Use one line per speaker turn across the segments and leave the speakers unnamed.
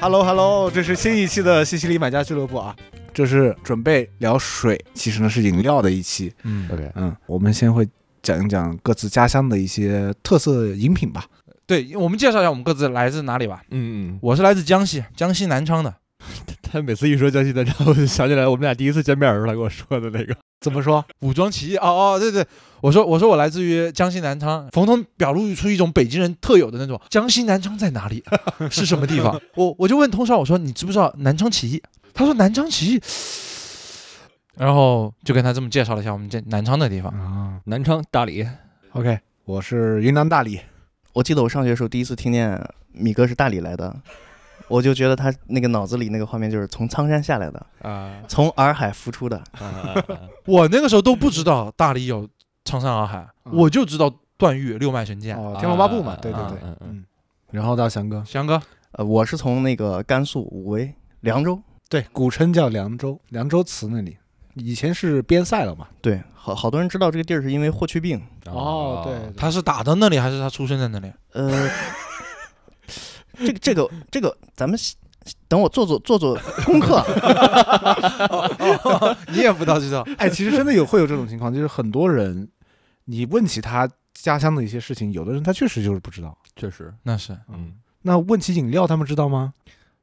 Hello Hello，这是新一期的西西里买家俱乐部啊，这是准备聊水，其实呢是饮料的一期。
嗯
OK，
嗯，我们先会讲一讲各自家乡的一些特色饮品吧。
对，我们介绍一下我们各自来自哪里吧。
嗯嗯，
我是来自江西，江西南昌的。
他每次一说江西南昌，我就想起来我们俩第一次见面的时候他跟我说的那个。
怎么说？
武装起义，哦哦，对对，我说我说我来自于江西南昌，冯彤表露出一种北京人特有的那种江西南昌在哪里， 是什么地方？我我就问通少，我说你知不知道南昌起义？他说南昌起义，然后就跟他这么介绍了一下我们这南昌的地方。
啊
南昌大理，
，OK，我是云南大理，
我记得我上学的时候第一次听见米哥是大理来的，我就觉得他那个脑子里那个画面就是从苍山下来的，
啊
从洱海浮出的。
我那个时候都不知道大理有苍山洱海，
嗯
我就知道段誉六脉神剑。
哦，天龙八部嘛，对对
啊
对，
嗯嗯
嗯。然后到翔哥，
翔哥，
呃，我是从那个甘肃武威、凉州，
对，古称叫凉州，凉州祠那里，以前是边塞了嘛。
对，好好多人知道这个地儿是因为霍去病，
哦，对，
他是打到那里还是他出生在那里？
呃，这个这个这个，咱们细等我做做做做功课。
你也不知道知道，
哎，其实真的有会有这种情况，就是很多人，你问起他家乡的一些事情，有的人他确实就是不知道。
确实，
那是
嗯，
那问起饮料，他们知道吗？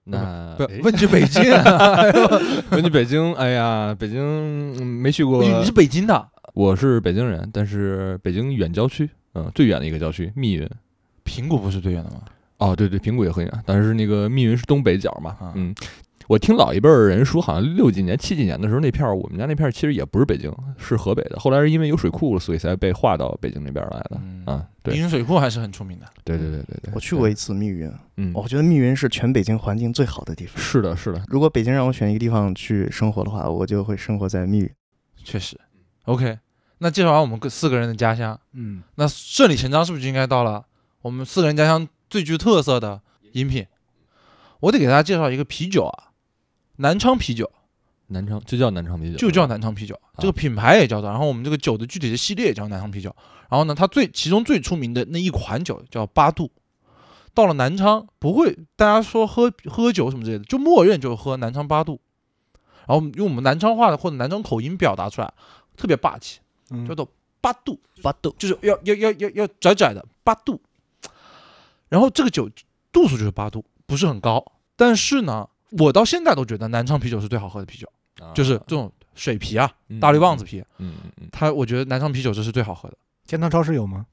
那
不
哎
问去北京，啊
问你北京，哎呀，北京嗯没去过，
你是北京的。
我是北京人，但是北京远郊区，嗯，最远的一个郊区密云。
平谷不是最远的吗？
哦，对对，平谷也很远，但是那个密云是东北角
啊
嘛，嗯。我听老一辈儿人说，好像六几年、七几年的时候，那片儿我们家那片儿其实也不是北京，是河北的。后来是因为有水库，所以才被划到北京那边来的。
嗯
啊，
密
对，
云水库还是很出名的。
对对对对对，
我去过一次密云，
嗯，
哦
我觉得密云是全北京环境最好的地方。
是的，是的，
如果北京让我选一个地方去生活的话，我就会生活在密云。
确实。OK，那介绍完我们各四个人的家乡，
嗯，
那顺理成章是不是就应该到了我们四个人家乡最具特色的饮品？我得给大家介绍一个啤酒啊，南昌啤酒，
南昌就叫南昌啤酒，
就叫南昌啤酒，这个品牌也叫做，然后我们这个酒的具体的系列也叫南昌啤酒。然后呢，它最其中最出名的那一款酒叫八度。到了南昌，不会大家说喝喝酒什么之类的，就默认就喝南昌八度，然后我们用我们南昌话或者南昌口音表达出来，特别霸气，
嗯
叫做八度。
八度，
就是要要要要要窄窄的八度，然后这个酒度数就是八度，不是很高，但是呢，我到现在都觉得南昌啤酒是最好喝的啤酒，
啊
就是这种水啤啊、大绿棒子，啤，
嗯嗯嗯嗯，
它我觉得南昌啤酒这是最好喝的。
天堂超市有吗？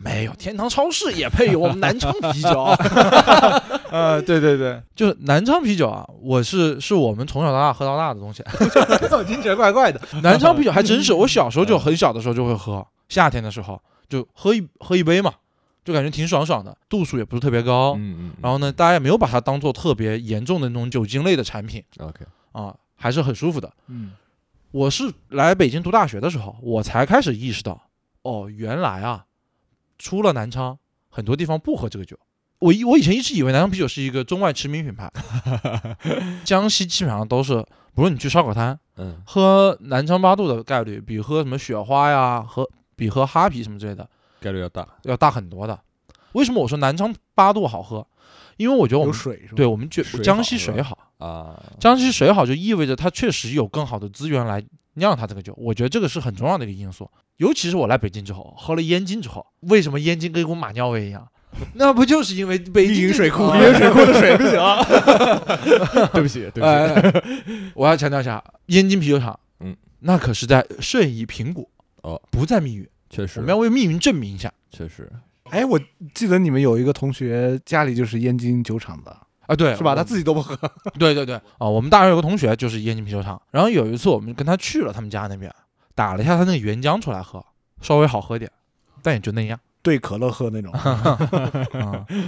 没有，天堂超市也配有我们南昌啤酒。
呃，对对对，
就是南昌啤酒啊，我是是我们从小到大喝到大的 东西，
听起来怪怪的。
南昌啤酒还真是，我小时候就很小的时候就会喝，夏天的时候就喝一喝一杯嘛，就感觉挺爽爽的，度数也不是特别高，
嗯嗯，
哦然后呢，大家也没有把它当做特别严重的那种酒精类的产品
，OK，
啊，还是很舒服的。
嗯，
我是来北京读大学的时候，我才开始意识到，哦，原来啊，出了南昌，很多地方不喝这个酒。我以我以前一直以为南昌啤酒是一个中外驰名 品牌，江西基本上都是，不论你去烧烤摊
嗯
喝南昌八度的概率，比喝什么雪花呀，喝比喝哈啤什么之类的
概率要大，
要大很多的。为什么我说南昌八度好喝？因为我觉得我
有
们
水是吧？
对，我们觉
水
江
好
西
是
水
吧
好，
啊，
江西水好就意味着它确实有更好的资源来酿它这个酒，我觉得这个是很重要的一个因素。尤其是我来北京之后，喝了燕京之后，为什么燕京跟一股马尿味 一样？那不就是因为北京这个
密云水库的水不行啊，对不起，对不起，
哎，哎哎我要强调一下，燕京啤酒厂，
嗯，
那可是在顺义平谷，
哦，
不在密云，
确
我
实
们，要为密云证明一下
确实，
哎，我记得你们有一个同学家里就是燕京酒厂的，
啊，对，
是吧？
我
他自己都不喝。
对对对，啊、我们大学有个同学就是燕京啤酒厂，然后有一次我们跟他去了他们家那边，打了一下他那个原浆出来喝，稍微好喝点，但也就那样。
兑可乐喝那种，
啊、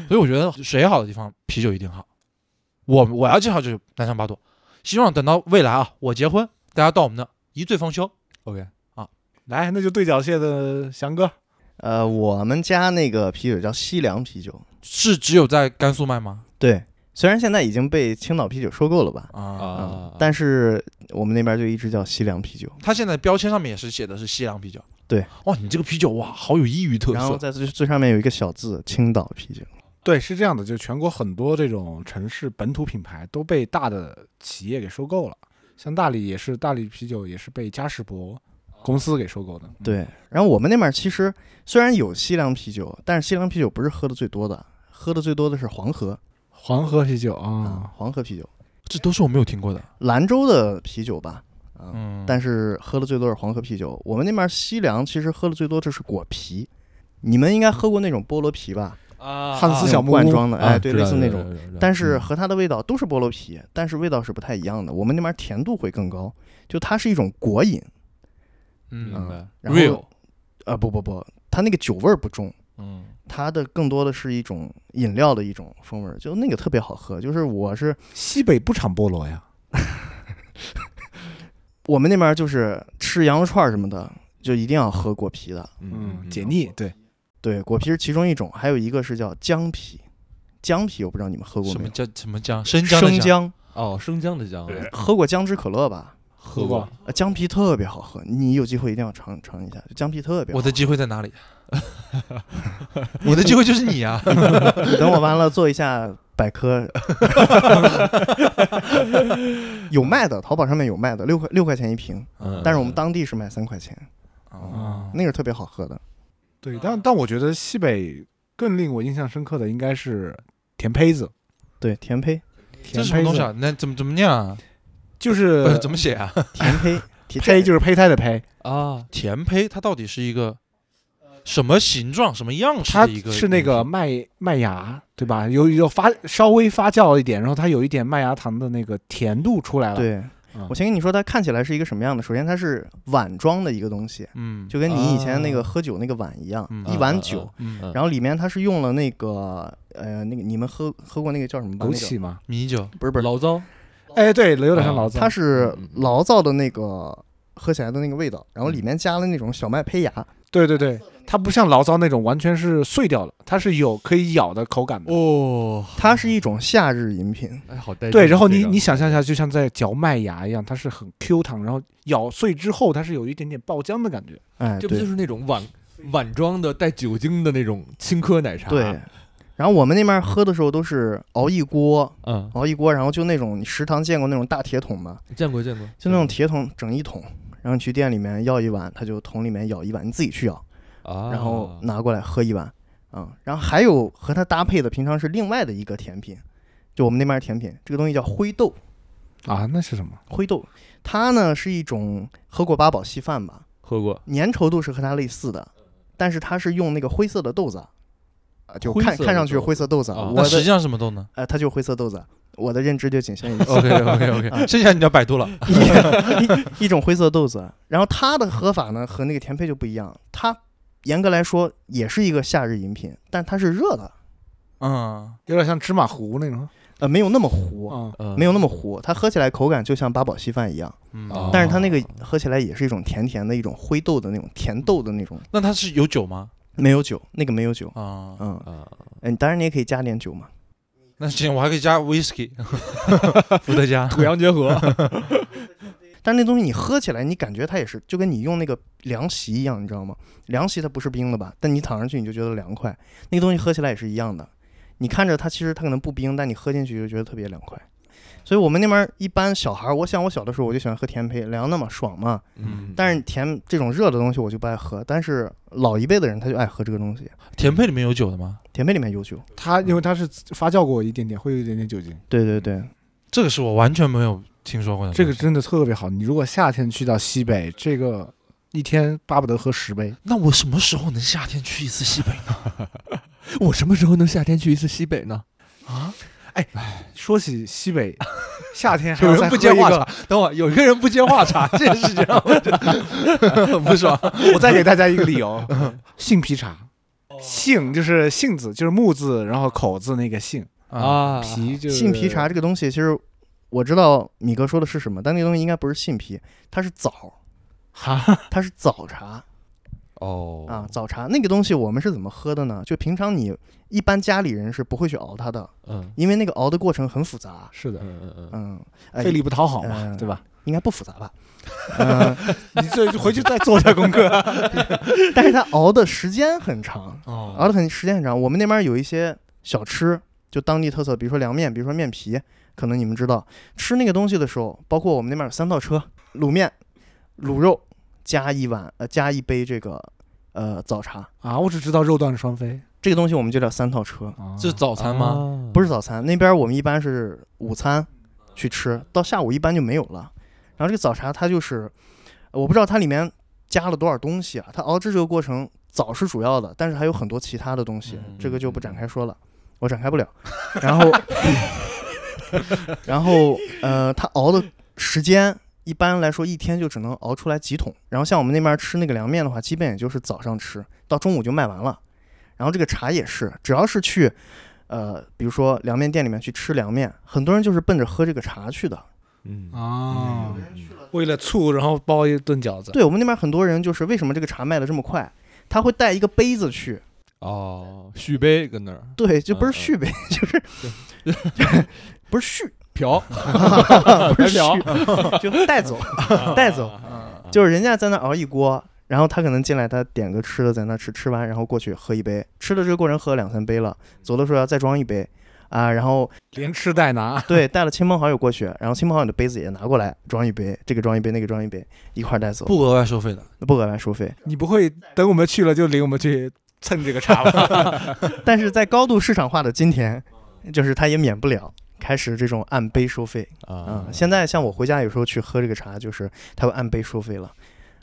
所以我觉得水好的地方，啤酒一定好。我我要介绍就是南昌八度，希望等到未来啊，我结婚，大家到我们那儿一醉方休。
OK，
来，哎那就对角线的翔哥，
呃，我们家那个啤酒叫西凉啤酒，
是只有在甘肃卖吗？
对，虽然现在已经被青岛啤酒收购了吧，嗯
啊、
啊，
但是我们那边就一直叫西凉啤酒。
它现在标签上面也是写的是西凉啤酒。
对，
哇，你这个啤酒哇，好有异域特
然后
色
在最最上面有一个小字“青岛啤酒
对，是这样的，就全国很多这种城市本土品牌都被大的企业给收购了，像大理也是，大理啤酒也是被嘉士伯公司给收购的。嗯，
对，然后我们那边儿其实虽然有西凉啤酒，但是西凉啤酒不是喝的最多的，喝的最多的是黄河
黄河啤酒啊
啊，，黄河啤酒，
这都是我没有听过的。
兰州的啤酒吧，啊，
嗯，
但是喝的最多是黄河啤酒。我们那边儿西凉其实喝的最多的是果啤，你们应该喝过那种菠萝啤吧？
啊
汉斯
那
小
种
木
罐
屋
装的，
啊
哎，对，类似那种。
种
但是和它的味道都是菠萝啤，但是味道是不太一样的。我们那边儿甜度会更高，就它是一种果饮，
嗯
嗯
白，
然后
，real，
呃，不不不，它那个酒味儿不重，
嗯
它的更多的是一种饮料的一种风味儿，就那个特别好喝。就是我是
西北不产菠萝呀，
我们那边儿就是吃羊肉串儿什么的，就一定要喝果啤的。
嗯，解腻，对，
对，果啤是其中一种，还有一个是叫姜啤。姜啤我不知道你们喝过
什
没
么
有？
姜？什么姜？生姜的
生姜，
哦，生姜的姜，
喝过姜汁可乐吧？
喝
过
过。
呃姜啤特别好喝，你有机会一定要尝尝一下。就姜啤特别好
我
喝，
的机会在哪里？ 我的机会就是你
嗯
啊！
你等我完了做一下百科，有卖的，淘宝上面有卖的，六块六块钱一瓶，
嗯
但是我们当地是卖三块钱，
啊，
那个特别好喝的。
嗯
对，但但我觉得西北更令我印象深刻的应该是甜胚子，
对，甜胚，
这
甜
是什么
胚
东西
子
啊？那怎么怎么念啊？
就
呃
不是
是
怎么写啊？
甜胚，甜
胚就是胚胎的胚，
啊，
甜胚它到底是一个什么形状、什么样式
它
的一个东西？
是那个麦麦芽，对吧？
嗯
有有发稍微发酵一点，然后它有一点麦芽糖的那个甜度出来了。，
对
嗯，
我先跟你说它看起来是一个什么样的。首先，它是碗装的一个东西，
嗯，
就跟你以前那个喝酒那个碗一样，
嗯
一碗酒。
嗯
嗯
然后里面它是用了那个呃，那个你们喝喝过那个叫什么吧？
枸
那个
杞嘛，
米酒
不是不是，
醪糟，
哎，对，有点像
哦
醪糟。
它是
嗯嗯嗯
醪糟的那个喝起来的那个味道，然后里面加了那种小麦胚芽，
对对对，它不像醪糟那种完全是碎掉了，它是有可以咬的口感的。
哦，
它是一种夏日饮品，
哎，好带劲
对，然后你
这个
你想象一下，就像在嚼麦芽一样，它是很 Q 弹，然后咬碎之后，它是有一点点爆浆的感觉。
哎，
这不就
对
是那种碗碗装的带酒精的那种青稞奶茶？
对。然后我们那边喝的时候都是熬一锅，
嗯，
熬一锅，然后就那种你食堂见过那种大铁桶吗？
见过见过，
就那种铁桶整一桶，然后你去店里面要一碗，他就桶里面舀一碗，你自己去舀，
啊，
然后拿过来喝一碗，啊、然后还有和它搭配的，平常是另外的一个甜品，就我们那边儿甜品，这个东西叫灰豆，
啊，那是什么？
灰豆，它呢是一种喝过八宝稀饭吧，
喝过
粘稠度是和它类似的，但是它是用那个灰色的豆子，啊，就
灰
看
色的
看上去
豆
是
子
灰色豆子，
啊
那
我
实际
的
上是什么豆呢
呃，它就是灰色豆子，我的认知就 仅限于此
？OK OK OK，剩下你要百度了。
一一种灰色豆子。啊然后它的喝法呢和那个甜胚就不一样，它严格来说也是一个夏日饮品，但它是热的，
嗯，
有点像芝麻糊那种。
呃，没有那么糊，
啊，
嗯
没有那么糊，它喝起来口感就像八宝稀饭一样，
嗯
哦
但是它那个喝起来也是一种甜甜的一种灰豆的那种甜豆的那种，
那它是有酒吗？
没有酒，那个没有酒，
啊，
嗯，
啊，
哎，你当然你也可以加点酒嘛，
那行，我还可以加 whisky，伏特加。
土洋结 合，
但那东西你喝起来，你感觉它也是就跟你用那个凉席一样，你知道吗？凉席它不是冰的吧？但你躺上去你就觉得凉快，那个东西喝起来也是一样的。你看着它，其实它可能不冰，但你喝进去就觉得特别凉快。所以我们那边儿一般小孩儿，我想我小的时候我就喜欢喝甜胚，凉的嘛，爽嘛。
嗯
但是甜这种热的东西我就不爱喝，但是老一辈的人他就爱喝这个东西。甜
甜配里面有酒的吗？
甜胚里面有酒，
它因为它是发酵过一点点，会有一点点酒精。
对对对，
这个是我完全没有听说过的东西。
这个真的特别好。你如果夏天去到西北，这个一天巴不得喝十杯。
那我什么时候能夏天去一次西北呢？
我什么时候能夏天去一次西北呢？
啊，
说起西 北，夏天还
有
要再
人
喝
不
一
接话
个，
茬，等会儿有一个人不接话 茬，这件事情让我觉得很 不爽。
我再给大家一个理 由：杏皮茶。杏就是杏子，就是木字，然后口字那个杏，
啊，
皮就是
杏皮茶这个东西，其实我知道米哥说的是什么，但那个东西应该不是杏皮，它是枣，
哈，
它是枣茶。
哦
啊，早茶那个东西我们是怎么喝的呢？就平常你一般家里人是不会去熬它的，
嗯
因为那个熬的过程很复杂。
是的，
嗯嗯嗯，
嗯，哎
费力不讨好嘛，
嗯
对吧？
应该不复杂吧？ 嗯，
哎 你这回去再做下功课。
但是它熬的时间很长，
哦
啊熬的很时间很长。我们那边有一些小吃，就当地特色，比如说凉面，比如说面皮，可能你们知道，吃那个东西的时候，包括我们那边有三道车，卤面、卤肉加一碗呃加一杯这个呃早茶，
啊，我只知道肉断双飞
这个东西我们就叫三套车，
啊，
这是早餐吗？
吗？
不
是，
是早餐，那边我们一般是午餐去吃，到下午一般就没有了。然后这个早茶它就是，呃我不知道它里面加了多少东西啊，它熬制这个过程枣是主要的，但是还有很多其他的东西，
嗯
这个就不展开说了，我展开不了。然后，然后呃，它熬的时间。一般来说，一天就只能熬出来几桶。然后像我们那边吃那个凉面的话，基本也就是早上吃，到中午就卖完了。然后这个茶也是，只要是去呃，比如说凉面店里面去吃凉面，很多人就是奔着喝这个茶去的。
嗯
哦
啊，
嗯
为了醋然后包一顿饺子，
对我们那边很多人就是为什么这个茶卖的这么快，他会带一个杯子去，
哦，续杯跟那儿
对，就不
嗯嗯
是续杯， 就是 不是续，
瓢，
不是续
聊， 嗯
就带 走，带走，就是人家在那熬一锅。然后他可能进来，他点个吃的，在那吃，吃完然后过去喝一杯，吃的这个过程喝了两三杯了，走的时候要再装一杯，啊， 然后
连吃带拿，
对带了亲朋好友过去，然后亲朋好友的杯子也拿过来装一杯，这个装一杯，那个装一杯，一块儿带走，
不额外收费的，
不额外收费。
你不会等我们去了就领我们去蹭这个茶吧？
但是在高度市场化的今天，就是它也免不了开始这种按杯收费 啊、
啊
现在像我回家有时候去喝这个茶，就是它会按杯收费了，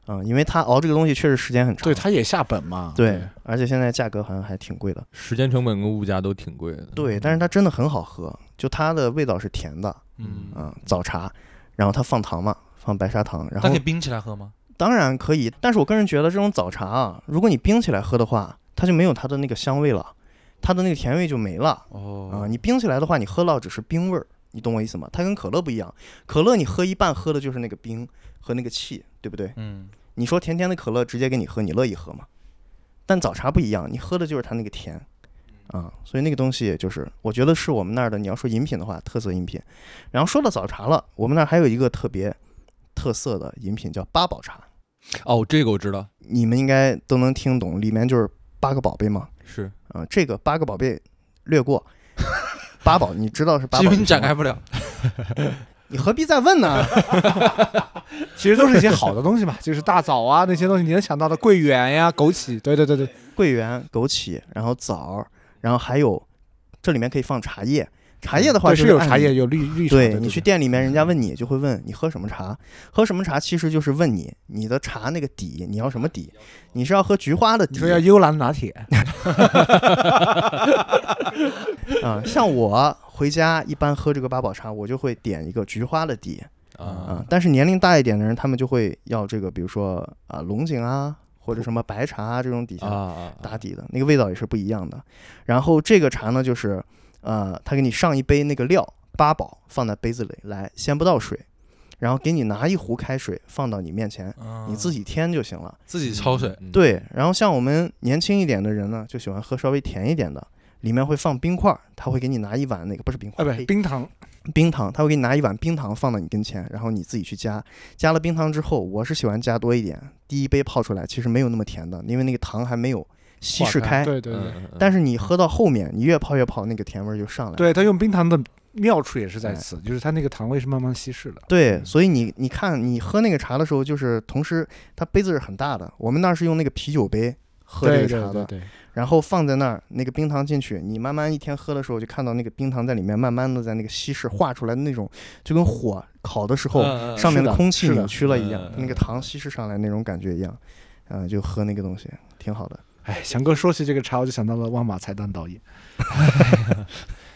嗯、因为它熬这个东西确实时间很 长。
对，他嗯也下本嘛，
对而且现在价格好像还挺
嗯
贵的。
时间成本跟物价都挺贵的。
对，但是它真的很好喝，就它的味道是甜的，
嗯，
嗯、早茶，然后它放糖嘛，放白砂糖，然
它
后
可以冰起来喝吗？
当然可以，但是我个人觉得这种早茶啊，如果你冰起来喝的话，它就没有它的那个香味了，它的那个甜味就没了。啊、
哦，
你冰起来的话，你喝到只是冰味儿，你懂我意思吗？它跟可乐不一样，可乐你喝一半喝的就是那个冰和那个气，对不对？
嗯，
你说甜甜的可乐直接给你喝，你乐意喝吗？但早茶不一样，你喝的就是它那个甜，啊，所以那个东西就是，我觉得是我们那儿的。你要说饮品的话，特色饮品。然后说到早茶了，我们那儿还有一个特别特色的饮品叫八宝茶，
哦，这个我知道，
你们应该都能听懂，里面就是八个宝贝嘛，
是
啊，这个八个宝贝略过，八宝你知道是 八
因
宝
为
是
你
什
展
么吗
开不了，
你何必再问呢？
其实都是一些好的东西嘛，就是大枣啊那些东西，你能想到的桂圆呀、枸杞，对对对对，
桂圆、枸杞，然后枣儿，然后还有这里面可以放茶叶。茶叶的话
对
就是
有
按
茶
你
叶，有绿绿茶，
对
对
你去店里面，
嗯
人家问你就会问你喝什么茶，喝什么茶其实就是问你你的茶那个底，你要什么底？你是要喝菊花的
你
底
说要幽兰拿铁，
啊、像我回家一般喝这个八宝茶，我就会点一个菊花的底啊、
啊，
但是年龄大一点的人，他们就会要这个，比如说啊、龙井啊，或者什么白茶、啊、这种底
啊
下
啊，
打底的，那个味道也是不一样的。然后这个茶呢，就是呃，他给你上一杯那个料八宝放在杯子里来，先不倒水，然后给你拿一壶开水放到你面前，你自
己
嗯己添就行了。
自己焯水，
嗯，
对，然后像我们年轻一点的人呢，就喜欢喝稍微甜一点的。里面会放冰块儿，他会给你拿一碗那个不是冰
哎，
块
不
儿，
是
嘿
冰糖，
冰糖，他会给你拿一碗冰糖放到你跟前，然后你自己去加。加了冰糖之后，我是喜欢加多一点。第一杯泡出来其实没有那么甜的，因为那个糖还没有稀释
化
开，
对对对，
嗯，
但
是
是你喝到后面，你越泡越泡，那个甜味儿就上来了。
对他用冰糖的妙处也是在
哎
此，就是它那个糖味是慢慢稀释的，
对，所以你你看，你喝那个茶的时候，就是同时它杯子是很大的，我们那儿是用那个啤酒杯喝这
对
个
对
茶的，
对对，
然后放在那儿，那个冰糖进去，你慢慢一天喝的时候，就看到那个冰糖在里面慢慢的在那个稀释化出来的那种，就跟火烤的时候、
嗯嗯
上面
呃是的
空气
是的
扭曲了一样，
嗯嗯
那个糖稀释上来那种感觉一样，嗯、就喝那个东西挺好的。
哎，翔哥说起这个茶，我就想到了万马才旦导演，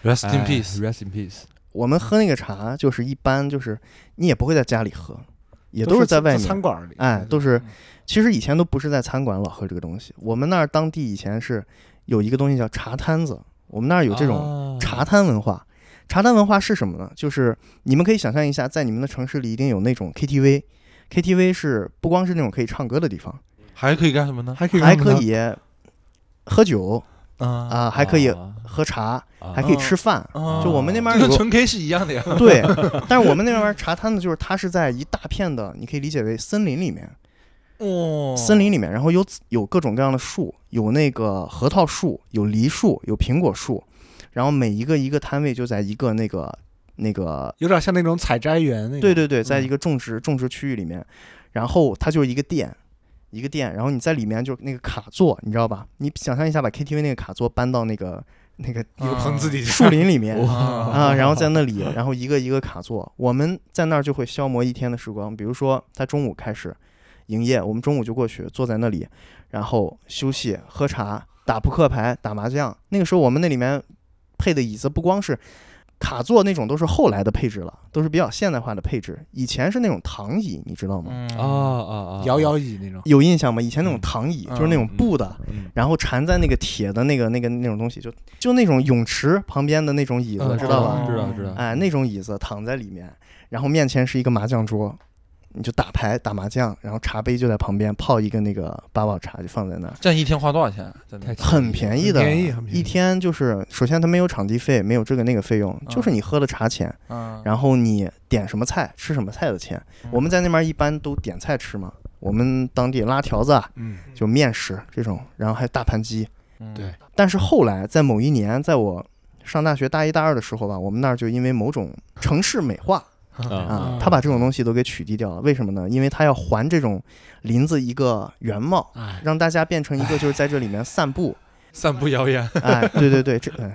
，Rest in
哎
peace。
rest in peace，
我们喝那个茶，就是一般就是你也不会在家里喝，也都是在外面
餐馆里，
哎，都是
嗯，
其实以前都不是在餐馆老喝这个东西，我们那儿当地以前是有一个东西叫茶摊子，我们那儿有这
哦
种
啊
种
茶摊文化。茶摊文化是什么呢？就是你们可以想象一下，在你们的城市里一定有那种 KTV。KTV 是不光是那种可以唱歌的地方，
还可以干什么呢？
还可以
还
干嘛
可
呢
以喝酒
嗯
啊，还可以
啊
喝茶，
啊
还可以吃饭。
啊
就我们那边
这
有
跟
个
纯 K 是一样的呀。
对，但是我们那边茶摊子就是它是在一大片的，你可以理解为森林里面，
哦，
森林里面，然后有有各种各样的树，有那个核桃树，有梨树，有苹果树，然后每一个一个摊位就在一个那个那个，
有点像那种采摘园那种。嗯
对对对，在一个种植种植区域里面，然后它就是一个店。一个店，然后你在里面就是那个卡座，你知道吧？你想象一下，把 KTV 那个卡座搬到那个那个
一个棚子里
树林里 面，
啊，
啊，然后在那里，然后一个一个卡座，我们在那儿就会消磨一天的时光。比如说，他中午开始营业，我们中午就过去坐在那里，然后休息、喝茶、打扑克牌、打麻将。那个时候，我们那里面配的椅子不光是卡座那种，都是后来的配置了，都是比较现代化的配置。以前是那种躺椅，你知道吗？
嗯
啊啊啊！
摇摇椅那种。
有印象吗？以前那种躺椅、
嗯
就是那种
嗯
布的，
嗯，
然后缠在那个铁的那个那个那种东西，就就那种泳池旁边的那种椅子，
嗯
知道吧？
哦
知道知道。
哎，那种椅子躺在里面，然后面前是一个麻将桌，你就打牌打麻将，然后茶杯就在旁边泡一个那个八宝茶，就放在那儿，
这样一天花多少钱？真的
太
很便宜的，
很便宜
嗯
很便宜
一天就是，首先它没有场地费，没有这个那个费用，就是你喝了茶钱，
嗯，
然后你点什么菜吃什么菜的钱。我们在那边一般都点菜吃嘛，我们当地拉条子啊
嗯，
就面食这种，然后还有大盘鸡，
嗯
对
但是后来在某一年，在我上大学大一大二的时候吧，我们那儿就因为某种城市美化啊
嗯，
他把这种东西都给取缔掉了。为什么呢？因为他要还这种林子一个原貌，
哎，
让大家变成一个就是在这里面散步。
散布谣言，
哎，对对对，这， 嗯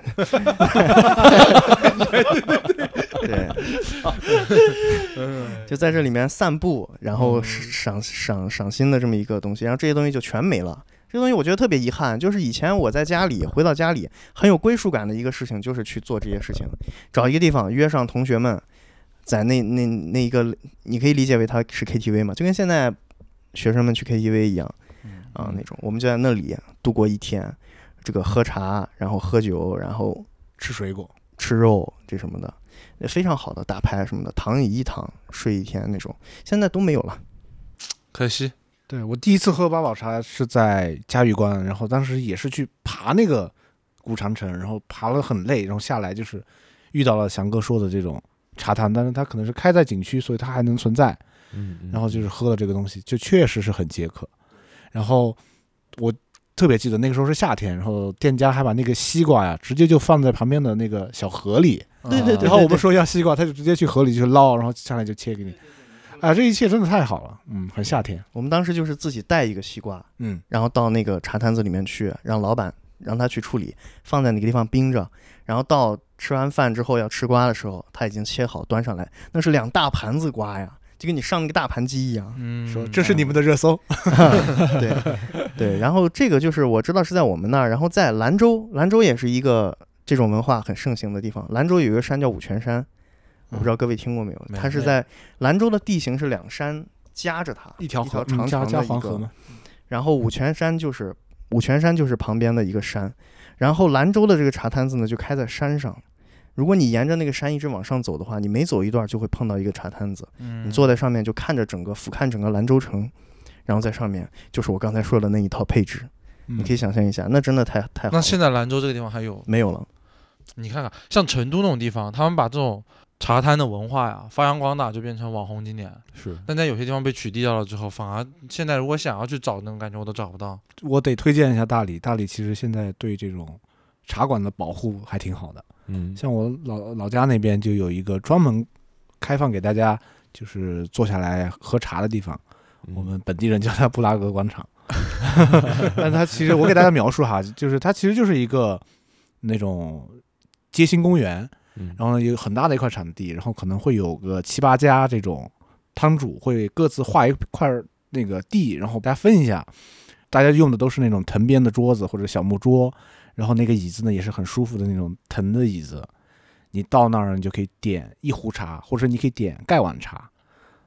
对，
嗯
就在这里面散步，然后赏赏赏心的这么一个东西，然后这些东西就全没了。这东西我觉得特别遗憾，就是以前我在家里回到家里很有归属感的一个事情，就是去做这些事情，找一个地方约上同学们，在那那那一个，你可以理解为它是 KTV 嘛，就跟现在学生们去 KTV 一样啊那种，我们就在那里度过一天，这个喝茶，然后喝酒，然后
吃水果，
吃肉这什么的，呃非常好的打牌什么的，躺椅一躺睡一天那种，现在都没有了。
可惜
对我第一次喝八宝茶是在嘉峪关，然后当时也是去爬那个古长城，然后爬了很累，然后下来就是遇到了翔哥说的这种茶摊，但是它可能是开在景区，所以它还能存在。
嗯，
然后就是喝了这个东西，就确实是很解渴。然后我特别记得那个时候是夏天，然后店家还把那个西瓜呀、直接就放在旁边的那个小河里，
对
啊
啊对对
然后我们说要西瓜，他就直接去河里去捞，然后上来就切给你。啊，这一切真的太好了，嗯，很夏天，
我们当时就是自己带一个西瓜，
嗯，
然后到那个茶摊子里面去，让老板让他去处理，放在哪个地方冰着，然后到吃完饭之后要吃瓜的时候，他已经切好端上来，那是两大盘子瓜呀，就跟你上那个大盘鸡一样。
嗯，
说这是你们的热搜，
对对，然后这个就是我知道是在我们那儿，然后在兰州，兰州也是一个这种文化很盛行的地方。兰州有一个山叫五泉山，我不知道
嗯
各位听过没有？
没有
它是在兰州的地形是两山夹着它，
一条
河
河，
长
加
长
加
的一
黄河
个，
嘛，
然后五泉山就是五泉山就是旁边的一个山，然后兰州的这个茶摊子呢就开在山上。如果你沿着那个山一直往上走的话，你每走一段就会碰到一个茶摊子，你
你
坐在上面就看着整个俯瞰整个兰州城，然后在上面就是我刚才说的那一套配置，
嗯
你可以想象一下，那真的太太好
那
了，
现在兰州这个地方还有，
没有了。
你看看，像成都那种地方，他们把这种茶摊的文化呀发扬光大，就变成网红景点。
是
但在有些地方被取缔掉了之后，反而现在如果想要去找那种感觉，我都找不到。
我得推荐一下大理，大理其实现在对这种茶馆的保护还挺好的。
嗯
像我老老家那边就有一个专门开放给大家就是坐下来喝茶的地方，
嗯
我们本地人叫它布拉格广场。但它其实我给大家描述哈，就是它其实就是一个那种街心公园，
嗯
然后呢有很大的一块场地，然后可能会有个七八家这种摊主会各自划一块儿那个地，然后大家分一下。大家用的都是那种藤编的桌子或者小木桌，然后那个椅子呢也是很舒服的那种藤的椅子。你到那儿你就可以点一壶茶，或者你可以点盖碗茶，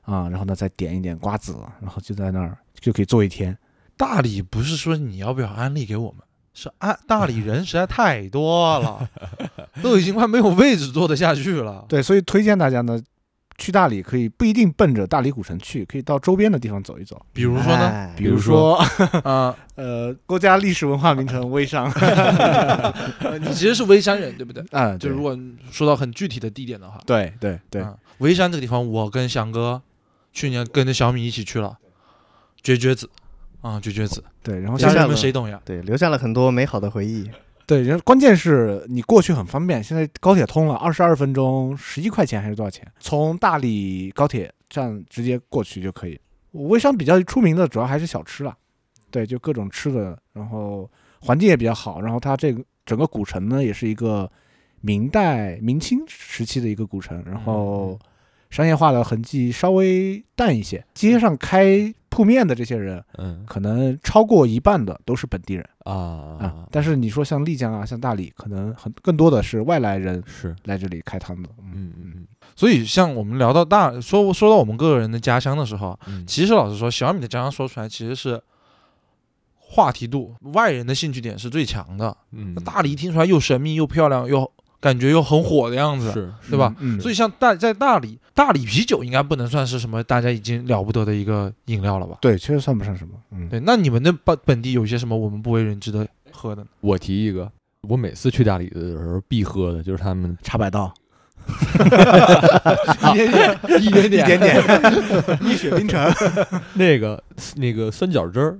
啊，然后呢再点一点瓜子，然后就在那儿就可以坐一天。
大理不是说你要不要安利给我们，是安大理人实在太多了，都已经快没有位置坐得下去了。
对，所以推荐大家呢，去大理可以不一定奔着大理古城去，可以到周边的地方走一走，
比如说呢，
哎
比
如
如说
啊、
呃国家历史文化名城微商，
呃你其实是微山人对不对？
啊，
就
对
如果说到很具体的地点的话，
对对对，
啊微山这个地方，我跟翔哥去年跟着小米一起去了，绝绝子啊，绝绝子，
对，然后
接
像
下
家
来
人们谁懂呀？
对，留下了很多美好的回忆。
对，人关键是你过去很方便，现在高铁通了，二十二分钟，十一块钱还是多少钱？从大理高铁站直接过去就可以。微商比较出名的主要还是小吃了，对，就各种吃的，然后环境也比较好，然后它这个整个古城呢也是一个明代明清时期的一个古城，然后商业化的痕迹稍微淡一些。街上开铺面的这些人，
嗯
可能超过一半的都是本地人。
啊
啊
啊，，
但是你说像丽江啊，像大理，可能很更多的是外来人
是，
来这里开摊子。嗯，
嗯嗯
所以像我们聊到大说说到我们个人的家乡的时候，
嗯，
其实老实说，小米的家乡说出来其实是话题度，外人的兴趣点是最强的。
嗯
那大理听出来又神秘又漂亮又感觉又很火的样子，
是
对吧？
嗯？嗯，
所
以
以像大在大理，大理啤酒应该不能算是什么大家已经了不得的一个饮料了吧？
对，确实算不上什么。嗯，
对，那你们的本本地有一些什么我们不为人知的喝的呢？
我提一个，我每次去大理的时候必喝的就是他们
茶百道，
一点 点，一点
啊一点 点，蜜雪冰城
那个那个酸角汁儿，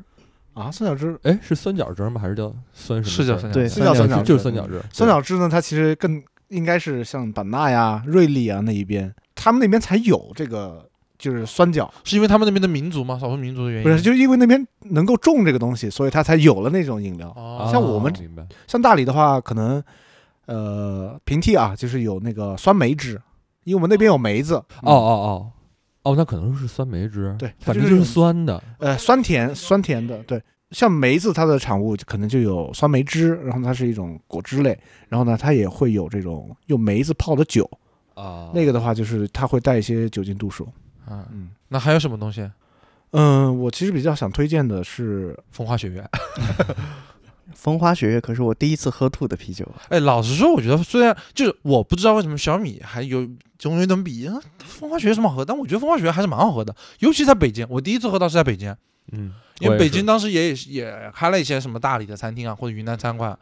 啊，酸枣汁。
哎，是酸角汁儿吗？还是叫酸什么汁儿？
是叫三
对
酸角
酸
酸
角
角
汁就
汁
是酸角汁儿，
酸枣汁呢，它其实更应该是像版纳呀、瑞丽啊那一边，他们那边才有这个。就是酸角，
是因为他们那边的民族吗？少数民族的原因？
不是，就是因为那边能够种这个东西，所以它才有了那种饮料。
哦
啊，
像我们
明白
像大理的话，可能呃平替啊，就是有那个酸梅汁，因为我们那边有梅子。
哦哦哦哦，那可能是酸梅汁，
对它
反
就
正
是
就是
有
酸的，
呃，酸甜酸甜的，对，像梅子它的产物就可能就有酸梅汁，然后它是一种果汁类，然后呢，它也会有这种用梅子泡的酒，
哦
啊
那个的话就是它会带一些酒精度数。
啊，
嗯
那还有什么东西？
嗯，我其实比较想推荐的是，
风花雪月。
风花雪月可是我第一次喝吐的啤酒，啊
哎，老实说，我觉得虽然就是我不知道为什么小米还有总有一等比，啊风花雪月什么好喝，但我觉得风花雪月还是蛮好喝的，尤其在北京，我第一次喝到是在北京，
嗯，
因
我
为
也
北
是
京当时也也开了一些什么大理的餐厅啊，或者云南餐馆，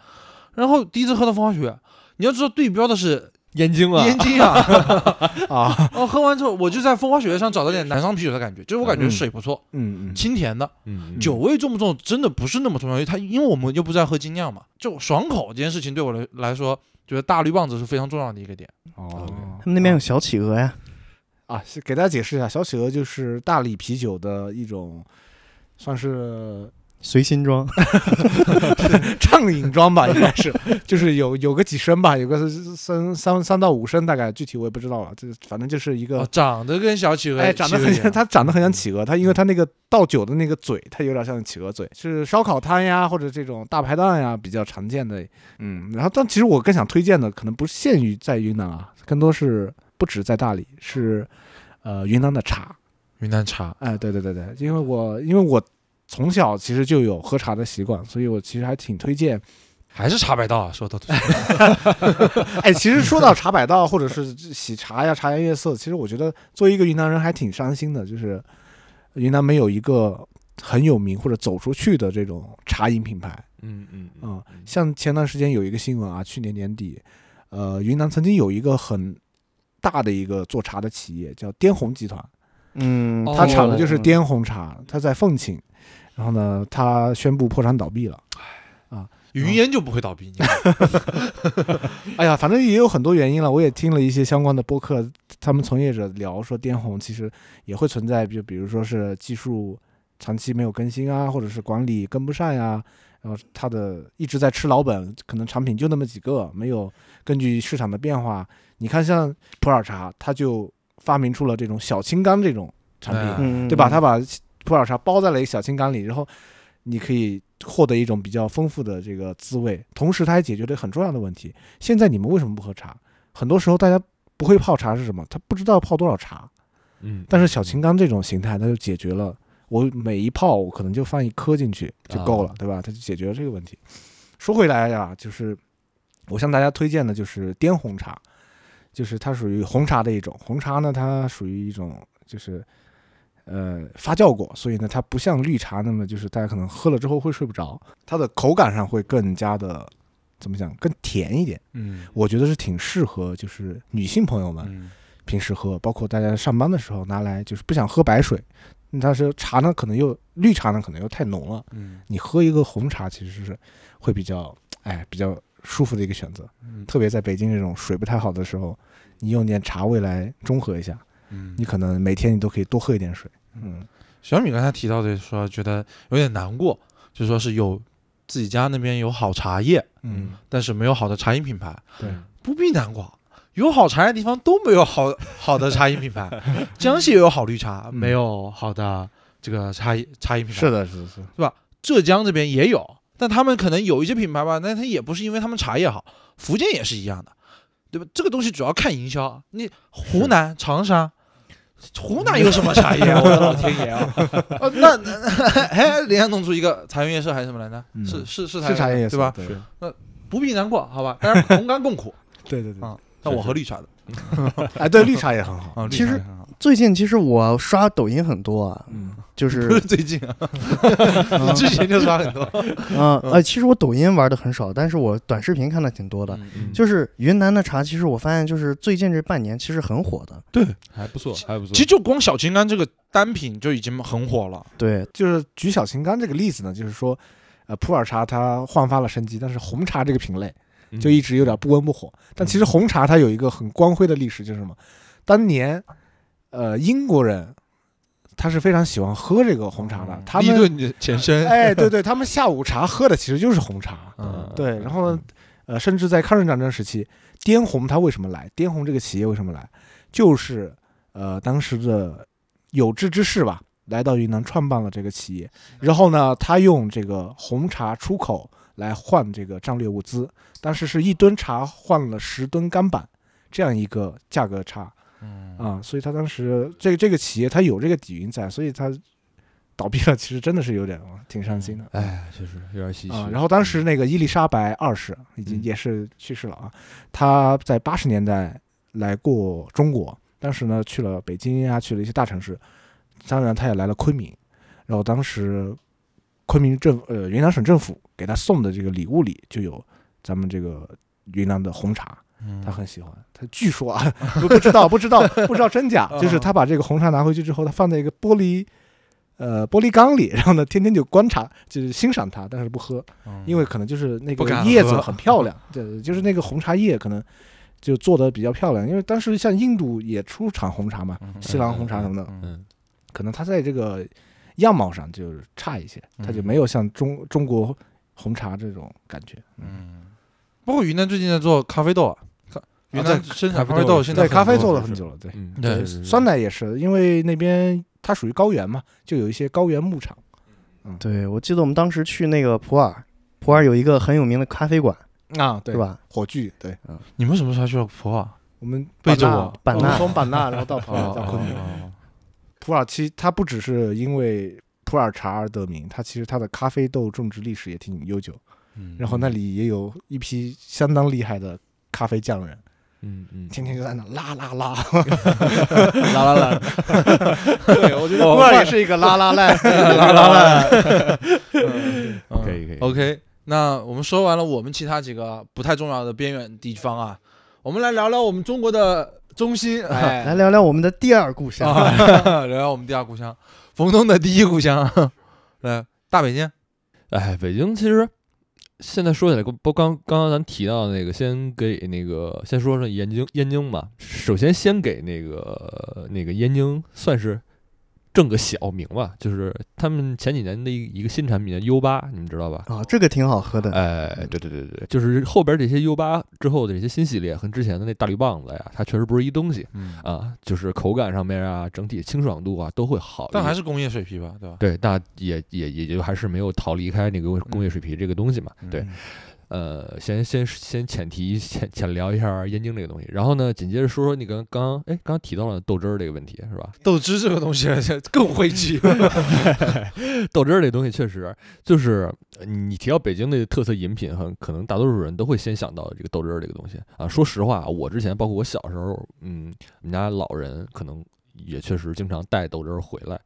然后第一次喝到风花雪月，你要知道对标的是
燕京啊，
燕 京啊，
啊，
然后喝完之后我就在风花雪月上找到点南昌啤酒的感觉，就是我感觉
嗯
水不错，
嗯嗯，
清甜的，
嗯
嗯
酒味重不重真的不是那么重要，因为它因为我们又不是在喝精酿嘛，就爽口这件事情对我来来说，觉得大绿棒子是非常重要的一个点。
哦，
他们那边有小企鹅呀，
啊，是给大家解释一下，小企鹅就是大理啤酒的一种。算是
随心装，
畅饮装吧，应该是，就是有有个几升吧，有个三三三到五升，大概具体我也不知道了，这反正就是一个
哦，长得跟小企鹅，
哎，长得很像，它长得很像企鹅，它因为它那个倒酒的那个嘴，它有点像企鹅嘴，是烧烤摊呀或者这种大排档呀比较常见的，嗯，然后但其实我更想推荐的可能不限于在云南啊，更多是不止在大理，是呃云南的茶，
云南茶。
哎，对对对对，因为我因为我从小其实就有喝茶的习惯，所以我其实还挺推荐，
还是茶百道啊，说到底
哎，其实说到茶百道或者是喜茶呀、茶颜悦色，其实我觉得作为一个云南人还挺伤心的，就是云南没有一个很有名或者走出去的这种茶饮品牌
嗯嗯嗯
啊、像前段时间有一个新闻啊，去年年底，呃，云南曾经有一个很大的一个做茶的企业叫滇红集团，
嗯，
哦
它产的就是
嗯
滇红茶，它在凤庆，然后呢，它宣布破产倒闭了。
云烟就不会倒闭。你看
哎呀，反正也有很多原因了。我也听了一些相关的播客，他们从业者聊说，滇红其实也会存在，就比如说是技术长期没有更新啊，或者是管理跟不上呀、然后它的一直在吃老本，可能产品就那么几个，没有根据市场的变化。你看，像普洱茶，它就发明出了这种小青柑这种产品，
哎
嗯，
对吧？它把普洱茶包在了一个小青柑里，然后你可以获得一种比较丰富的这个滋味。同时，它还解决了很重要的问题。现在你们为什么不喝茶？很多时候大家不会泡茶是什么？他不知道泡多少茶。
嗯，
但是小青柑这种形态，它就解决了我每一泡我可能就放一颗进去就够了
啊，
对吧？它就解决了这个问题。说回来呀，就是我向大家推荐的就是滇红茶，就是它属于红茶的一种。红茶呢，它属于一种就是呃发酵过，所以呢，它不像绿茶那么就是大家可能喝了之后会睡不着，它的口感上会更加的怎么讲，更甜一点。
嗯
我觉得是挺适合就是女性朋友们
嗯，
平时喝，包括大家上班的时候拿来，就是不想喝白水。但是茶呢，可能又绿茶呢，可能又太浓了。
嗯，
你喝一个红茶，其实是会比较，哎，比较舒服的一个选择。
嗯
特别在北京这种水不太好的时候，你用点茶味来中和一下，
嗯
你可能每天你都可以多喝一点水。嗯，
小米刚才提到的说，觉得有点难过，就说是有自己家那边有好茶叶，
嗯，
但是没有好的茶饮品牌。
对，
不必难过，有好茶的地方都没有好好的茶饮品牌。江西也有好绿茶，没有好的这个茶饮茶饮品牌。
是的，是的是的，
浙江这边也有，但他们可能有一些品牌吧，但它也不是因为他们茶叶好。福建也是一样的，对吧？这个东西主要看营销。你湖南、长沙。湖南有什么茶叶啊？我的老天爷啊！哦、那那那 哎，人家弄出一个茶园夜市还是什么来着？
嗯
是是 是
是茶叶
对吧？
对
是
不必难过，好吧？大家同甘共苦。
对对对
啊，但我喝绿茶的
哎，对，绿茶也很好。
啊，绿
其
茶
实
也很好
最近其实我刷抖音很多啊，
嗯，
就
不 是
是
最近啊，
嗯
之前就刷很多。
啊呃，其实我抖音玩的很少，但是我短视频看的挺多的。
嗯
就是云南的茶，其实我发现就是最近这半年其实很火的，
还不错，还不错。
其实就光小青柑这个单品就已经很火了。
对，
就是举小青柑这个例子呢，就是说，呃，普洱茶它焕发了生机，但是红茶这个品类
嗯
就一直有点不温不火。但
嗯
其实红茶它有一个很光辉的历史，就是什么？当年，呃，英国人他是非常喜欢喝这个红茶的
嗯，
他
立
们
顿的前身，
哎，对对，他们下午茶喝的其实就是红茶。
嗯，
对，然后呢，呃，甚至在抗日战争时期，滇红它为什么来？滇红这个企业为什么来？就是呃，当时的有志之士吧，来到云南创办了这个企业，然后呢，他用这个红茶出口来换这个战略物资，当时是一吨茶换了十吨钢板，这样一个价格差
嗯
啊、所以他当时这这个企业它有这个底蕴在，所以它倒闭了，其实真的是有点挺伤心的。
嗯
哎，确实有点唏
啊、
嘘。
然后当时那个伊丽莎白二世已经
嗯
也是去世了啊，她在八十年代来过中国，当时呢去了北京啊，去了一些大城市，当然她也来了昆明，然后当时昆明政呃云南省政府给她送的这个礼物里就有咱们这个云南的红茶，
嗯
她很喜欢，她据说啊 不不知道不知道不知道真假， 就是
嗯
她把这个红茶拿回去之后，她放在一个玻璃。呃，玻璃缸里，然后呢，天天就观察，就是欣赏它，但是不喝。因为可能就是那
嗯不
个
敢
叶子
喝
很漂亮， 对，就是那个红茶叶可能就做的比较漂亮，因为当时像印度也出产红茶嘛，西兰红茶什么的，
嗯
嗯，
可能它在这个样貌上就是差一些，它就
嗯
没有像中中国红茶这种感觉。
嗯，包括云南最近在做咖啡豆啊，咖云南生产咖啡豆现在
对，
很
咖啡
多
做了
是
很久了，对，呃
嗯
对
是是
酸奶也是，因为那边它属于高原嘛，就有一些高原牧场。
对我记得我们当时去那个普洱，普洱有一个很有名的咖啡馆，
啊，对
是？吧？
火炬，对
你们什么时候去了啊普洱？
我们
背
版
着
纳
我
版
我们
纳
从版纳，然后到
啊
普洱，到昆明。
哦
普洱其实它不只是因为普洱茶而得名，它其实它的咖啡豆种植历史也挺悠久。
嗯
然后那里也有一批相当厉害的咖啡匠人，
嗯嗯，
天天就在那拉拉拉。
拉拉拉，对，我觉 得
普洱也是一个拉拉赖，
拉拉拉，
嗯
可以可以
嗯 OK，那我们说完了我们其他几个不太重要的边远地方啊，我们来聊聊我们中国的中心，哎，
来聊聊我们的第二故 乡。
啊，聊聊我们第二故乡，冯东的第一故乡， 来大北京，
哎，北京其实现在说起来，不刚刚刚咱提到的那个，先给那个先说说燕京，燕京吧。首先先给那个那个燕京算是挣个小名吧，就是他们前几年的一一个新产品叫 U 八，你们知道吧？
啊，这个挺好
嗯
喝的，
哎，对对对对，就是后边这些 U 八之后的这些新系列，和之前的那大绿棒子呀，它确实不是一东西
嗯，
啊，就是口感上面啊，整体清爽度啊都会好一点，
但还是工业水皮吧，对吧？
对，那也也也就还是没有逃离开那个工业水皮这个东西嘛。对，呃，先先先浅提浅浅聊一下燕京这个东西，然后呢，紧接着说说你刚刚哎刚刚提到了豆汁儿这个问题是吧？
豆汁这个东西 更晦气，
豆汁儿这东西确实就是呃你提到北京的特色饮品，很可能大多数人都会先想到这个豆汁儿这个东西啊。说实话，我之前包括我小时候，嗯，我们家老人可能也确实经常带豆汁儿回来。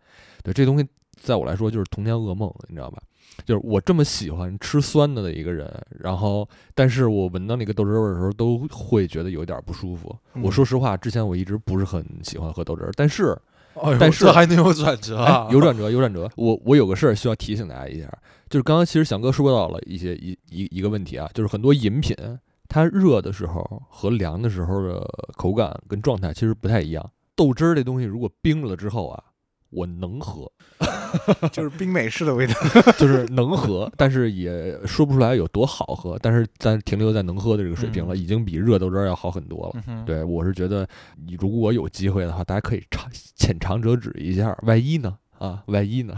对，这东西在我来说就是童年噩梦，你知道吧？就是我这么喜欢吃酸的的一个人，然后但是我闻到那个豆汁儿味儿的时候，都会觉得有点儿不舒服。我
嗯
说实话，之前我一直不是很喜欢喝豆汁儿，但是
哎呦
但是
这还能有转折啊
哎，？有转折，有转折。我我有个事儿需要提醒大家一下，就是刚刚其实翔哥说到了一些一一一个问题啊，就是很多饮品它热的时候和凉的时候的口感跟状态其实不太一样。豆汁儿这东西如果冰了之后啊，我能喝，
就是冰美式的味道。
就是能 喝，但是也说不出来有多好喝，但是咱停留在能喝的这个水平了，已经比热豆汁儿要好很多了。
嗯哼，
对我是觉得，你如果有机会的话，大家可以尝浅尝辄止一下，万一呢？啊，万一呢？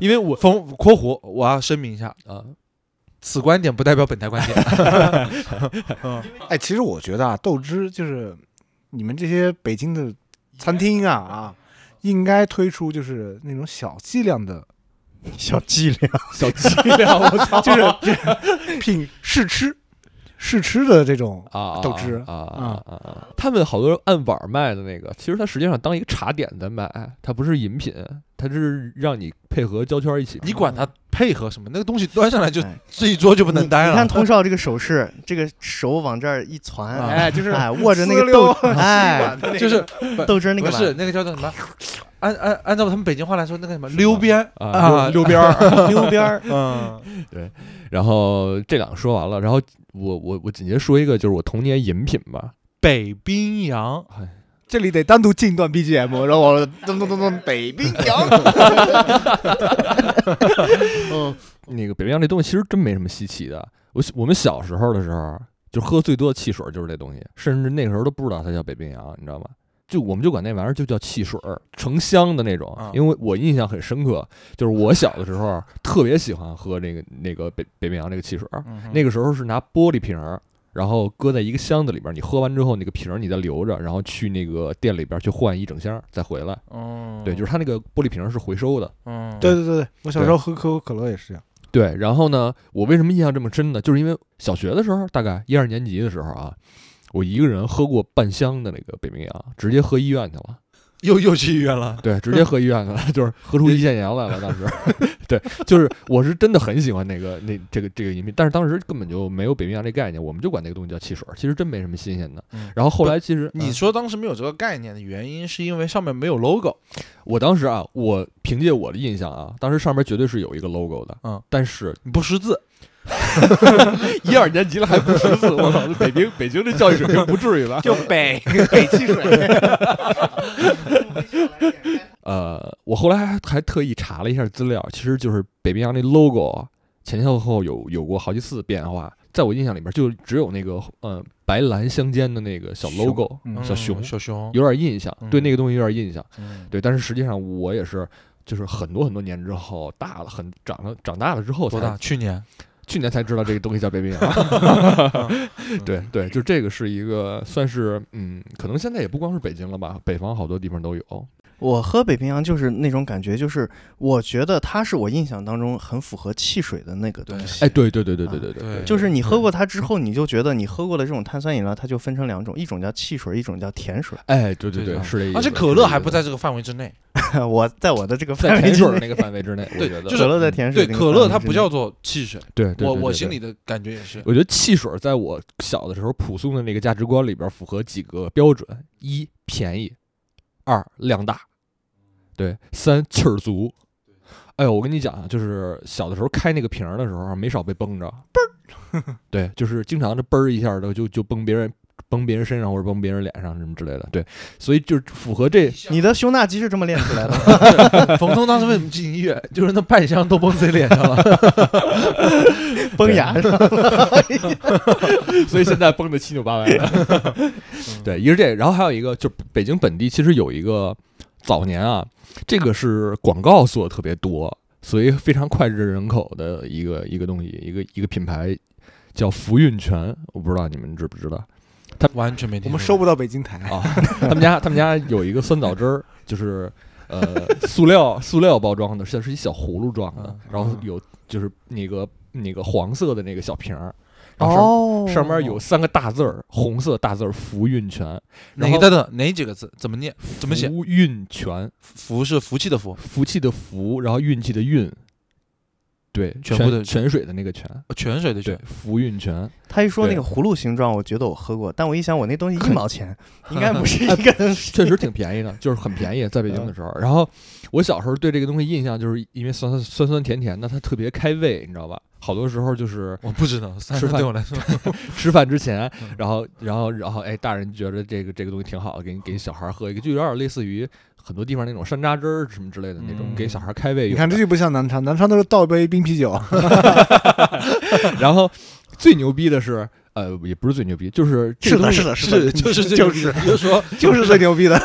因为我从（括弧）我要声明一下，
啊，
此观点不代表本台观点。
哎，其实我觉得啊，豆汁就是你们这些北京的餐厅啊啊，应该推出就是那种小剂量的，
小伎俩，
小伎俩，我操
就是就是品试吃试吃的这种
啊，
豆汁嗯
啊啊啊啊！他们好多按碗卖的那个，其实它实际上当一个茶点在卖，它不是饮品，它是让你配合胶圈一起。
你管他配合什么，那个东西端上来就
哎
这一桌就不
不
能待了。
你看童少这个手势，这个手往这儿一传，
啊
哎，就是哎握着那
呲
个
溜
豆，哎，
就是
豆汁儿那
不
个
是
碗，
那个叫做什么？按按按照他们北京话来说，那个什么溜边
啊，溜溜边儿。
溜边儿，
嗯，
然后这两个说完了，然后我我我紧接着说一个，就是我童年饮品吧。
北冰洋，
这里得单独进一段 BGM，然后我咚咚咚咚北冰洋，
嗯，
那个北冰洋这东西其实真没什么稀奇的。我我们小时候的时候，就喝最多的汽水就是这东西，甚至那个时候都不知道它叫北冰洋，你知道吗？就我们就管那玩意儿就叫汽水儿，成箱的那种
啊。
因为我印象很深刻，就是我小的时 候特别喜欢喝那个那个北北冰洋这个汽水儿。那
个
个时候是拿玻璃瓶儿，然后搁在一个箱子里边儿，你喝完之后那个瓶儿你再留着，然后去那个店里边儿去换一整箱儿再回来。
嗯，
对，就是它那个玻璃瓶儿是回收的。
嗯，
对对对对，我小时候喝可口可乐也是这样，
对，然后呢，我为什么印象这么深呢？就是因为小学的时候，大概一二年级的时候啊，我一个人喝过半箱的那个北冰洋，直接喝医院去了。
又又去医院了。
对， 直接喝医院去了， 就是喝出胰腺炎来了。当时，对，就是我是真的很喜欢那个那这个这个饮品，但是当时根本就没有北冰洋这概念，我们就管那个东西叫汽水儿，其实真没什么新鲜的
嗯。
然后后来其实
你
嗯
说当时没有这个概念的原因，是因为上面没有 logo。
我当时啊，我凭借我的印象啊，当时上面绝对是有一个 logo 的，
嗯，
但是
你不识字，
一二年级了还不识 字，我操！北京北京这教育水平不至于吧？
就 北北汽水，
呃，我后来还还特意查了一下资料，其实就是北冰洋那 logo 啊，前前后后有有过好几次变化。在我印象里边，就只有那个呃白蓝相间的那个小
熊
logo，
嗯
小熊
小熊，
有点印象，
嗯
对那个东西有点印象。
嗯
对，但是实际上我也是，就是很多很多年之后大了，很长了长大了之后才
多大？去年
去年才知道这个东西叫北冰洋。
嗯
对对，就这个是一个算是嗯，可能现在也不光是北京了吧，北方好多地方都有。
我喝北冰洋就是那种感觉，就是我觉得它是我印象当中很符合汽水的那个东西。
哎，对对对对对对
啊对
就是你喝过它之后，你就觉得你喝过的这种碳酸饮料，它就分成两种，一种叫汽水，一种叫甜水。
哎，对对对，
对的
是这意思。
而且可
是
乐
这意
还不
思
在这个范围之内。
我在我的这个
在
范围
甜
之
水儿
内，
那个范围之内，我
对
觉得
就是
可乐在甜
对，
水这个
可
范
乐
围
它
之
不
内
叫做汽水，
对对，
我
对
我
对
心
对
里的感觉也 是。
我觉得汽水在我小的时候朴素的那个价值观里边符合几个标准：一便宜，二量大，对，三气儿足。哎呦，我跟你讲啊，就是小的时候开那个瓶儿的时候，啊没少被崩着，嘣儿，对，就是经常这嘣儿一下的就就崩别人。崩别人身上或者崩别人脸上什么之类的，对，所以就是符合这
你的胸大肌是这么练出来的。
冯松当时为什么进医院？就是那半箱都崩自己 脸上了。
崩牙上
所以现在崩的七扭八歪的。 对，一个是这个，然后还有一个就是北京本地其实有一个早年啊，这个是广告做的特别多，所以非常脍炙人口的一个一个东西，一个一个品牌叫福运泉，我不知道你们知不知道
完 全没听
我
说
们收
过。
不到北京台，
啊？ 他们家他们家有一个酸枣汁儿，就是。 呃，塑料塑料包装的，像是一小葫芦装的
嗯，
然后
嗯
有就是那个那个黄色的那个小瓶儿，然后上
哦
上面有三个大字儿，红色大字儿“福运泉
哪
然
个
后
等等哪几个字怎么念？”，怎么写？
福运泉，
福是福气的福，
福气的福，然后运气的运，对，
全
全
部的
泉水的那个泉，
呃泉水的
对
泉，，
福运泉。
他一说那
对
个葫芦形状，我觉得我喝过，但我一想我那东西一
很
毛钱，应该 不是
啊
一个东西。
确实挺便宜的，就是很便宜，在北京的时
嗯
候。然后我小时候对这个东西印象就是因为酸酸酸酸甜甜的，它特别开胃，你知道吧？好多时候就是
我不知道，三
吃
十
饭
对我来说，
吃饭之前
嗯，
然后然后然后哎，大人觉得这个这个东西挺好的，给你给小孩喝一个，就有点类似于很多地方那种山楂汁儿什么之类的那种，
嗯
给小孩开胃
你
用的。
看这就不像南昌，南昌都是倒一杯冰啤酒，
然后最牛逼的是，呃，也不是最牛逼，就是这
是
个
的，
东西
是的，
是
的，
就是这
就
个
是
意思就是 说
就是最牛逼的。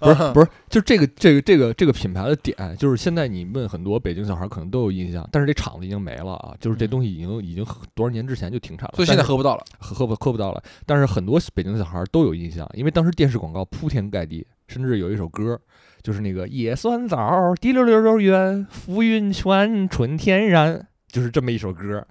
不是不是，就这个这个这个这个品牌的点，就是现在你问很多北京小孩可能都有印象，但是这厂子已经没了啊，就是这
嗯
东西已经已经很多少年之前就停产了，
所以现在
但是
喝不 到了。
喝喝不喝不到了。但是很多北京小孩都有印象，因为当时电视广告铺天盖地，甚至有一首歌。就是那个野酸枣，滴溜溜溜圆，福运泉纯天然，就是这么一首歌，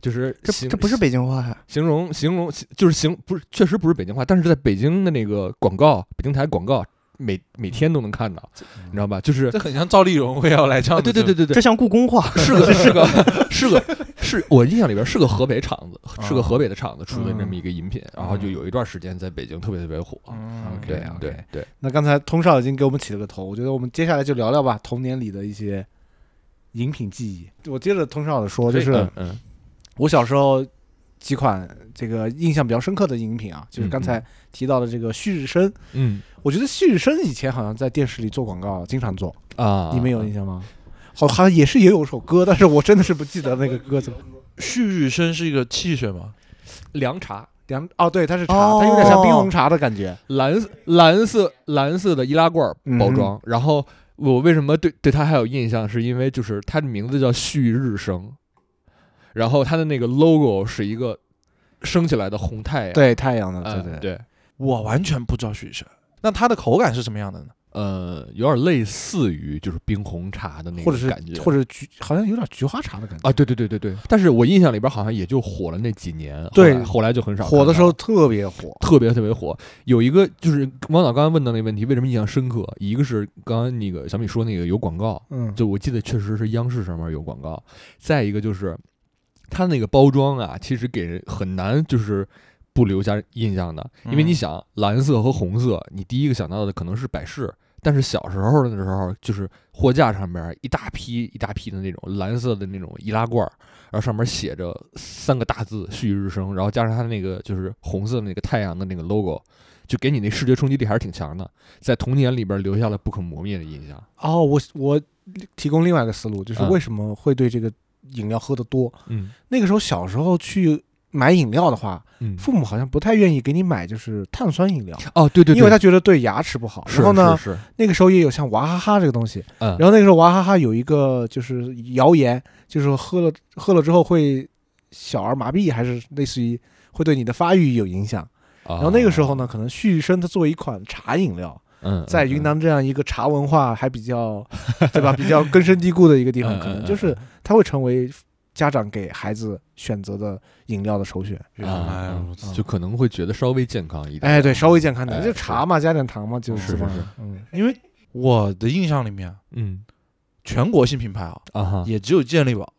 就是
这
形
这不是北京话呀、
形容形容就是形不是确实不是北京话，但是在北京的那个广告，北京台广告每每天都能看到，
嗯
你知道吧？就是
这很像赵丽蓉会要来唱
啊，
的，
对对对对
这
对，
像故宫话。
是个是个是个是我印象里边是个河北厂子，
啊
是个河北的厂子出的
嗯
这么一个饮品，然后就有一段时间在北京特别特别火。
嗯
对
OK，OK
对对，
那刚才通少已经给我们起了个头，我觉得我们接下来就聊聊吧，童年里的一些饮品记忆。我接着通少的说，就
可以
是
嗯嗯
我小时候几款这个印象比较深刻的饮品啊，就是刚才提到的这个旭日升。
嗯
我觉得旭日升以前好像在电视里做广告，经常做，
啊，
你们有印象吗？好，好像也是也有首歌，但是我真的是不记得那个 歌怎么
旭日升是一个汽水吗？
凉茶，
凉哦，对，它是茶，
哦
它有点像冰红茶的感觉。
蓝蓝色蓝色的易拉罐
嗯
包装，然后我为什么对对它还有印象，是因为就是它的名字叫旭日升，然后它的那个 logo 是一个升起来的红太阳，
对，太阳的，
呃，
对
对
对。
我完全不知道旭日升。那它的口感是什么样的呢？
呃，有点类似于就是冰红茶的那
或者
个
是
感觉，
或者菊，好像有点菊花茶的感觉
啊，对对对对对，但是我印象里边好像也就火了那几年，
对
后来后来就啊很少
火的
看
时
到
候
了。
特别火。
特别特别火，有一个就是王导刚刚问到那个问题，为什么印象深刻？一个是刚刚那个小米说那个有广告，
嗯，
就我记得确实是央视上面有广告。再一个就是，它那个包装啊，其实给人很难就是不留下印象的，因为
嗯
你想蓝色和红色，你第一个想到的可能是百事，但是小时候的时候，就是货架上面一大批一大批的那种蓝色的那种易拉罐儿，然后上面写着三个大字“旭日升”，然后加上它那个就是红色的那个太阳的那个 logo。就给你那视觉冲击力还是挺强的，在童年里边留下了不可磨灭的印象。
哦，我我提供另外一个思路，就是
嗯
为什么会对这个饮料喝得多？
嗯
那个时候小时候去买饮料的话，
嗯，
父母好像不太愿意给你买就是碳酸饮料，
哦， 对对对，
因为他觉得对牙齿不好。
是
然后呢，
是是
那个时候也有像娃哈哈这个东西，
嗯
然后那个时候娃哈哈有一个就是谣言，就是说喝了喝了之后会小儿麻痹，还是类似于会对你的发育有影响。
然
然后那个时候
哦
呢，可能旭日升它作为一款茶饮料，
嗯，
在
嗯
云，南这样一个茶文化还比较， 对吧？比较根深蒂固的一个地方，
嗯
可能
嗯
就是它会成为家长给孩子选择的饮料的首选。
原来如此
嗯，就可能会觉得稍微健康一点。
哎，对，稍微健康点，
哎
就茶嘛，加点糖嘛，就是这
是
么
是
嗯，
因为我的印象里面，
嗯
全国性品牌啊，
啊哈
也只有健力宝，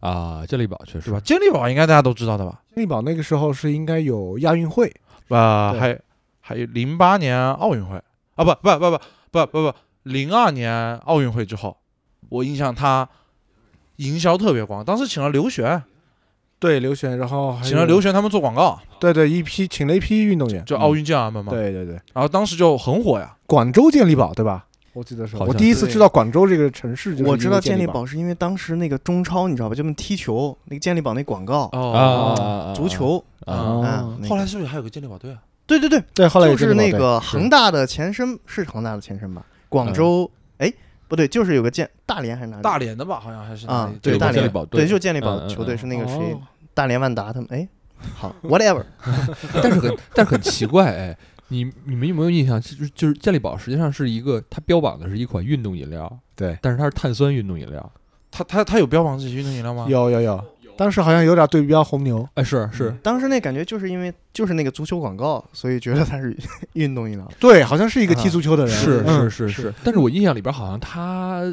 啊，健力宝确实
对吧？？健力宝应该大家都知道的吧？
健力宝那个时候是应该有亚运会，
啊，
对
还还有零八年奥运会啊，不不不不不不不，零二年奥运会之后，我印象它营销特别广，当时请了刘璇，
对，刘璇，然后还
请了刘，璇他们做广告，
嗯
对对，一批请了一批运动员，嗯
就奥运健儿们嘛，
对对对，
然后当时就很火呀，
广州健力宝对吧？我记得是，
嗯好
我
像
第一次
对
知道广州这个城市，
我知道健
健
力
宝，
宝是因为当时那个中超，你知道吧？就那么踢球，那个健力宝那广告，
啊
哦
啊啊啊，啊
足球。
啊
啊，哦那
后
个
来是不是还有个健力宝队啊？
对对对，
对，后来有
就是
健力宝
那个
是
恒大的前身是恒大的前身吧？广州，哎，不对，就是有个健大连还是哪里？
大连的吧，好像还是哪
啊
里，
对
有
大
个健力
连
宝队
对，就是健
嗯
力宝
嗯
球队
嗯
是那个谁
哦，
大连万达他们。哎，好，whatever，
但是很但是很奇怪哎。你你们有没有印象？就是就是健力宝实际上是一个，它标榜的是一款运动饮料，
对，
但是它是碳酸运动饮料。
他他他有标榜自己运动饮料吗？
有有有，当时好像有点对标红牛。
哎，是
嗯
是，
当时那感觉就是因为就是那个足球广告，所以觉得它是 运动饮料。
对，好像是一个
啊
踢足球的人，
是
嗯
是是是，但是我印象里边好像它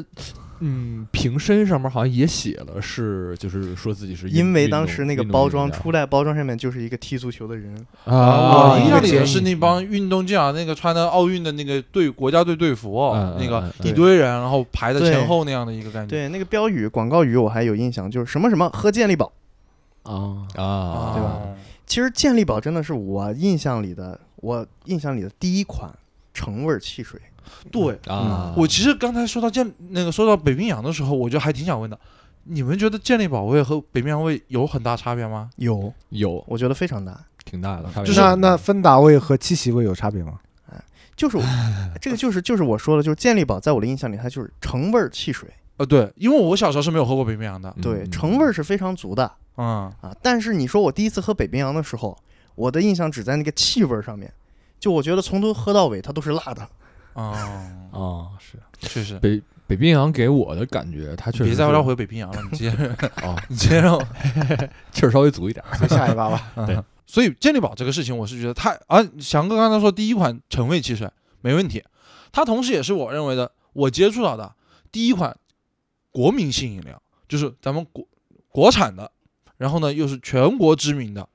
嗯，瓶身上面好像也写了是，就是说自己是运
因为
运
当
动
时那
运
个
动
包
运
装
动家
出来，包装上面就是一个踢足球的人，
哦
啊，
我印象里
也
的是那帮运动健儿，那个穿的奥运的那个队国家队队服
嗯，
那个
嗯嗯
一堆人，然后排在
对
前后那样的一个感觉。
对那个标语、广告语我还有印象，就是什么什么喝健力宝。
啊，
啊，
啊，
对吧？其实健力宝真的是我印象里的，我印象里的第一款橙味儿汽水。
对，
啊，
嗯我其实刚才说到健那个说到北冰洋的时候，我就还挺想问的，你们觉得健力宝味和北冰洋味有很大差别吗？
有，
有
我觉得非常大，
挺大的，差别
就是
那
挺大
那芬达味和七喜味有差别吗？
就是我 这个就是就是我说的，就是健力宝在我的印象里它就是橙味儿汽水，
呃，对，因为我小时候是没有喝过北冰洋的，
嗯
对，
嗯
橙味儿是非常足的
嗯，
啊。但是你说我第一次喝北冰洋的时候，我的印象只在那个气味儿上面，就我觉得从头喝到尾它都是辣的。
哦，
啊，是
确实，
北嗯北冰洋给我的感觉，它确实
别再
是
绕回北冰洋了，你接着，
哦，
你接着。
气儿稍微足一点，
所以下一把吧。
所以健力宝这个事情，我是觉得它啊，翔哥刚才说第一款橙味汽水没问题，它同时也是我认为的我接触到的第一款国民性饮料，就是咱们国国产的，然后呢又是全国知名的，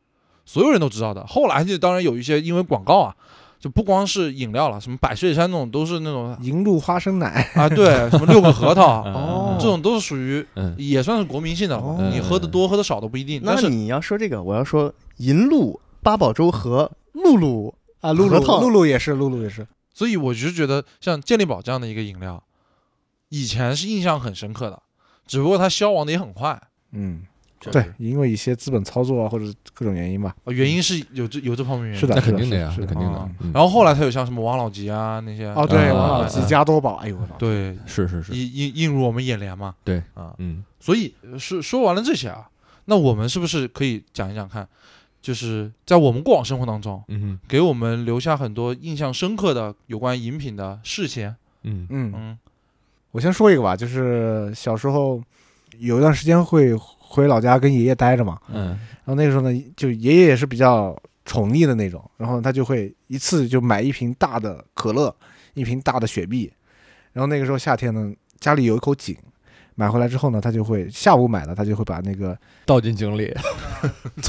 所有人都知道的。后来就当然有一些因为广告啊，就不光是饮料了，什么百岁山那种都是那种
银鹭花生奶，
啊，对，什么六个核桃啊，
哦
这种都是属于
嗯
也算是国民性的
哦
了，你喝的多喝的少都不一定。但
那
是
你要说这个，我要说银鹭、八宝粥和露露啊，
露露
露
露露也是，露露也是。
所以我就觉得像健力宝这样的一个饮料，以前是印象很深刻的，只不过它消亡的也很快。
嗯，
确
对
实，，
因为一些资本操作啊，或者各种原因吧。
呃原因是有这有这方面原因。
是的
那肯定的呀，
是
那
的
肯定的
哦。
嗯
然后后来才有像什么王老吉啊那些。嗯
哦，对，
啊
王老吉、
啊
加多宝，哎呦我操！
对，
是是是，
映映映入我们眼帘嘛。
对
啊，
嗯，
所以呃说说完了这些啊，那我们是不是可以讲一讲看，就是在我们过往生活当中，
嗯哼
给我们留下很多印象深刻的有关饮品的事情？
嗯
嗯，
嗯
我先说一个吧，就是小时候有一段时间会回老家跟爷爷待着嘛，
嗯
然后那个时候呢，就爷爷也是比较宠溺的那种，然后他就会一次就买一瓶大的可乐，一瓶大的雪碧，然后那个时候夏天呢，家里有一口井。买回来之后呢，他就会下午买的，他就会把那 个
倒进井里，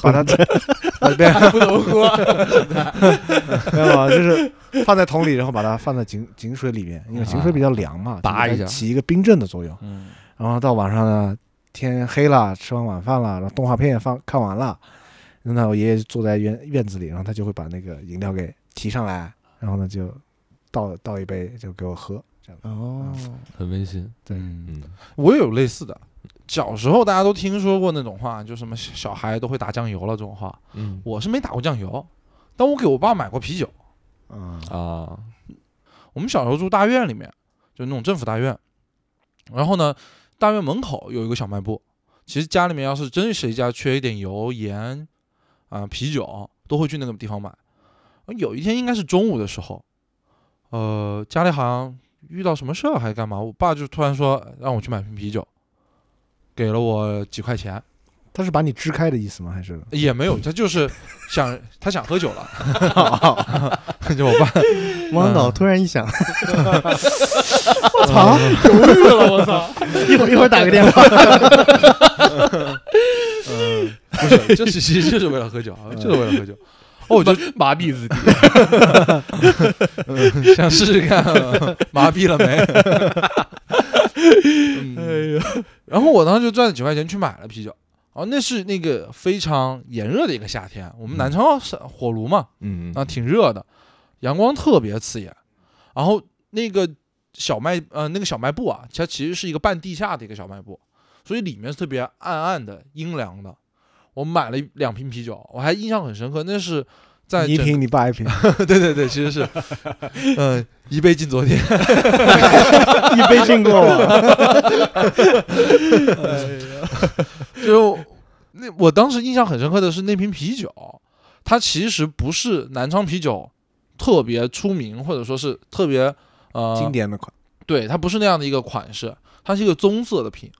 把它 把对
不能喝。
没有啊，就是放在桶里，然后把它放在井井水里面，因为井水比较凉嘛，就是
拔一
它
下
起一个冰镇的作用。
嗯
然后到晚上呢，天黑了，吃完晚饭了，然后动画片也放看完了，那我爷爷就坐在院院子里，然后他就会把那个饮料给提上来，然后呢就倒倒一杯就给我喝，这样
哦，
很温馨。
对
嗯
嗯，
我也有类似的。小时候大家都听说过那种话，就什么小小孩都会打酱油了这种话。
嗯
我是没打过酱油，但我给我爸买过啤酒。
啊、
啊，
我们小时候住大院里面，就那种政府大院，然后呢，大院门口有一个小卖部。其实家里面要是真谁家缺一点油盐啊、啤酒，都会去那个地方买。呃有一天应该是中午的时候，呃，家里好像遇到什么事儿还是干嘛，我爸就突然说让我去买瓶啤酒，给了我几块钱。
他是把你支开的意思吗？还是
也没有，他就是想他想喝酒了， 就我爸
嗯
汪导突然 一想，嗯
操？
一会儿一会儿打个电话。
不是， 就是其实就是为了喝酒，啊就是为了喝酒。哦，我就
麻痹自己。
想试试看，啊麻痹了没？
哎
嗯、然后我当时就赚了几块钱去买了啤酒。哦，那是那个非常炎热的一个夏天，我们南昌是火炉嘛，
嗯
啊，挺热的，阳光特别刺眼。然后那个小卖呃那个小卖部啊，它其实是一个半地下的一个小卖部，所以里面是特别暗暗的、阴凉的。我买了一两瓶啤酒，我还印象很深刻，那是在
你一
整
瓶你爸一瓶，
对对对，其实是，嗯，一杯敬昨天，
一杯敬过 我。
就那我当时印象很深刻的是那瓶啤酒，它其实不是南昌啤酒特别出名，或者说是特别呃
经典的款。
对，它不是那样的一个款式，它是一个棕色的瓶，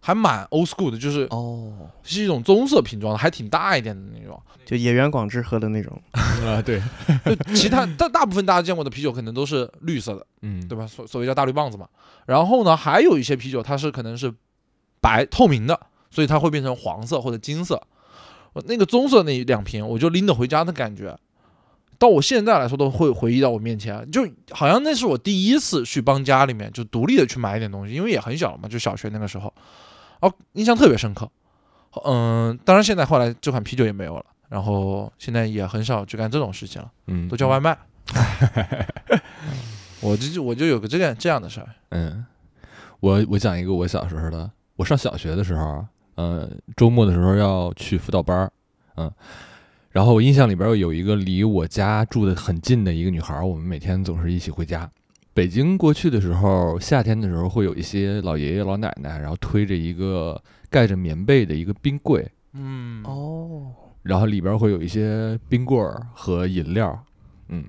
还蛮 old school 的，就是
哦，
是一种棕色瓶装的，还挺大一点的那种。
就野原广志喝的那种，
啊，对，
就其他大大部分大家见过的啤酒可能都是绿色的，
嗯，
对吧？所所谓叫大绿棒子嘛。然后呢，还有一些啤酒它是可能是白透明的，所以它会变成黄色或者金色。我那个棕色那两瓶，我就拎着回家的感觉，到我现在来说都会回忆到我面前，啊就好像那是我第一次去帮家里面就独立的去买一点东西，因为也很小嘛，就小学那个时候，哦，印象特别深刻。嗯，当然现在后来这款啤酒也没有了，然后现在也很少去干这种事情了。
嗯，
都叫外卖。 我就我就有个这样这样的事儿，
嗯，我我讲一个我小时候的，我上小学的时候啊，呃，周末的时候要去辅导班儿，嗯，然后我印象里边儿有一个离我家住的很近的一个女孩儿，我们每天总是一起回家。北京过去的时候，夏天的时候会有一些老爷爷老奶奶，然后推着一个盖着棉被的一个冰柜，
嗯，
哦，
然后里边会有一些冰棍儿和饮料，嗯，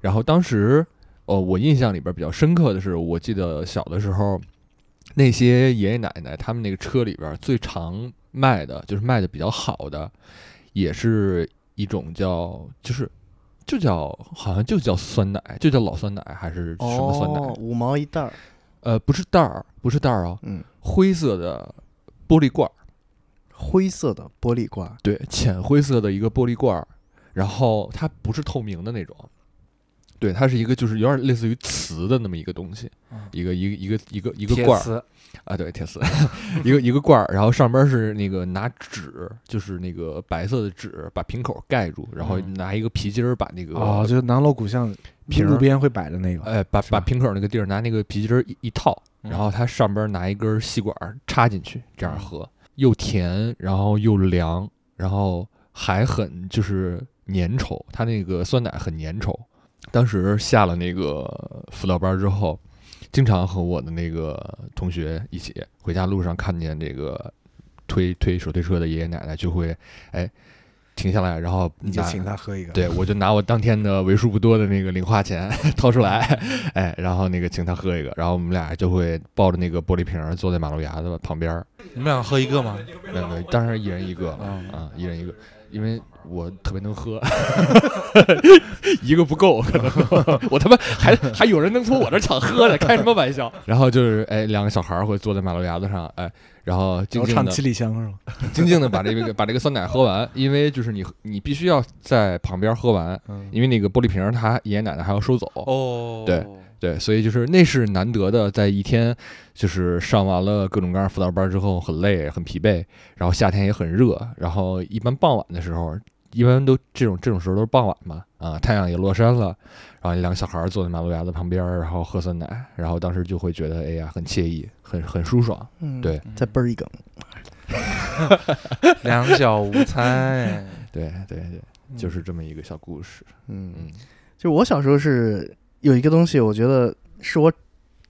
然后当时，哦，我印象里边比较深刻的是，我记得小的时候，那些爷爷奶奶他们那个车里边最常卖的就是卖的比较好的，也是一种叫就是就叫好像就叫酸奶，就叫老酸奶还是什么酸奶？
哦，五毛一袋儿，
呃，不是袋儿，不是袋儿啊，
嗯，
灰色的玻璃罐儿。
灰色的玻璃罐儿，
对，浅灰色的一个玻璃罐儿，然后它不是透明的那种，对，它是一个就是有点类似于瓷的那么一个东西，
嗯
一个一个一个一个一个
铁
罐儿
丝
啊，对，铁丝， 一个一个罐儿，然后上边是那个拿纸，就是那个白色的纸把瓶口盖住，然后
嗯
拿一个皮筋儿把那个
哦，就是南锣鼓巷
瓶
路
儿
边会摆的那个，
哎，把
是
把
吧
瓶口那个地儿拿那个皮筋儿一一套，
嗯
然后它上边拿一根吸管儿插进去，这
嗯
样喝，又甜，然后又凉，然后还很就是粘稠，它那个酸奶很粘稠。当时下了那个辅导班之后，经常和我的那个同学一起回家路上看见这个推推手推车的爷爷奶奶，就会哎停下来，然后
你就
拿
请他喝一个。
对，我就拿我当天的为数不多的那个零花钱 掏出来，哎，然后那个请他喝一个，然后我们俩就会抱着那个玻璃瓶儿坐在马路牙子旁边儿，
你们两个喝一个吗？
那个当然一人一个了
嗯
啊，一人一个，因为我特别能喝， 一个不够，可能 我他妈还还有人能从我这儿抢喝的，开什么玩笑？ 然后就是哎，两个小孩儿会坐在马路牙子上，哎，然后
然
静
后
静
唱
的
七里香是吗？
静静的把这个把这个酸奶喝完，因为就是你你必须要在旁边喝完。
嗯，
因为那个玻璃瓶儿它爷爷奶奶还要收走，
哦，
对，对，所以就是那是难得的，在一天就是上完了各种各样辅导班之后，很累很疲惫，然后夏天也很热，然后一般傍晚的时候，一般都这种这种时候都是傍晚嘛，啊，太阳也落山了，然后两个小孩儿坐在马路牙子旁边儿，然后喝酸奶，然后当时就会觉得哎呀很惬意，很很舒爽，
嗯，
对
再啵儿一个，
两小无猜，
对对对，就是这么一个小故事，
嗯，
嗯
就我小时候是有一个东西，我觉得是我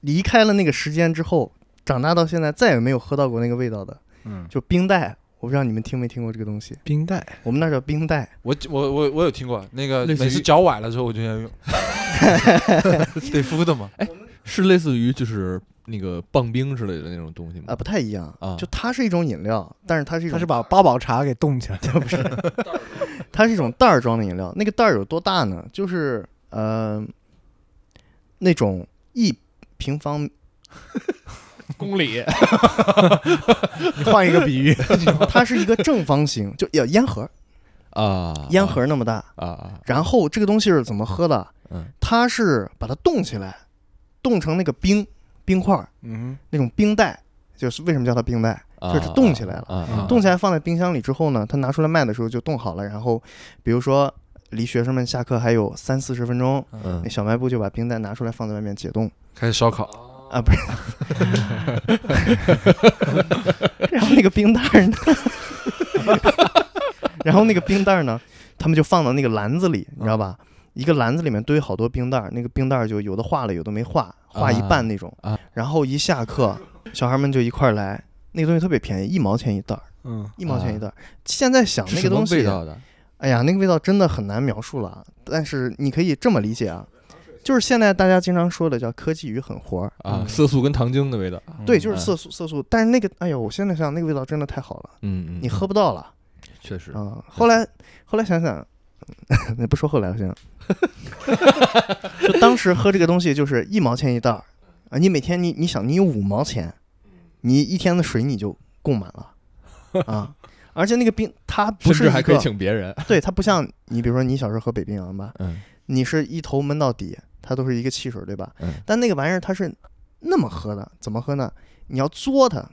离开了那个时间之后，长大到现在再也没有喝到过那个味道的，
嗯，
就冰袋。我不知道你们听没听过这个东西，
冰袋，
我们那儿叫冰袋，
我我我我有听过那个，
类似于
每次脚崴了之后我就要用， 得敷的嘛。
是类似于就是那个棒冰之类的那种东西吗？
啊，不太一样
啊
就它是一种饮料，但是它是一
他
种
是把八宝茶给冻起来，
不是，它是一种袋儿装的饮料。那个袋儿有多大呢？就是呃，那种一平方，
公里，
换一个比喻，
它是一个正方形，就要烟盒，
啊，
烟盒那么大。
啊啊，
然后这个东西是怎么喝的？
嗯，
它是把它冻起来，冻成那个冰冰块儿
嗯，
那种冰袋，就是为什么叫它冰袋？
啊
就是冻起来了嗯
了
冻起来放在冰箱里之后呢，它拿出来卖的时候就冻好了。然后，比如说离学生们下课还有三四十分钟，
嗯
那，小卖部就把冰袋拿出来放在外面解冻
开始烧烤，
哦
啊，不是。然后那个冰袋儿呢？然后那个冰袋儿呢，他们就放到那个篮子
嗯
里，你知道吧？一个篮子里面堆好多冰袋儿，那个冰袋儿就有的化了，有的没化，化一半那种。
啊
然后一下课，小孩们就一块儿来，那个东西特别便宜，一毛钱一袋儿，
嗯，
一毛钱一袋
啊
儿。现在想那个东西，
味道的
哎呀，那个味道真的很难描述了。但是你可以这么理解啊，就是现在大家经常说的叫科技与狠活儿，
啊，
嗯
色素跟糖精的味道，
对，就是
嗯
色素色素。但是那个，哎呦，我现在想想那个味道真的太好了，
嗯嗯，
你喝不到了
确实
啊。后来后来想 想，那不说后来，我 想想，就当时喝这个东西就是一毛钱一袋儿啊，你每天你你想你有五毛钱，你一天的水你就供满了 啊。而且那个冰，它不
甚
是
至
一
还可以
个
请别 人，
对，它不像你，比如说你小时候喝北冰洋吧，
嗯
你是一头闷到底，它都是一个汽水，对吧？
嗯
但那个玩意儿它是那么喝的，怎么喝呢？你要嘬它，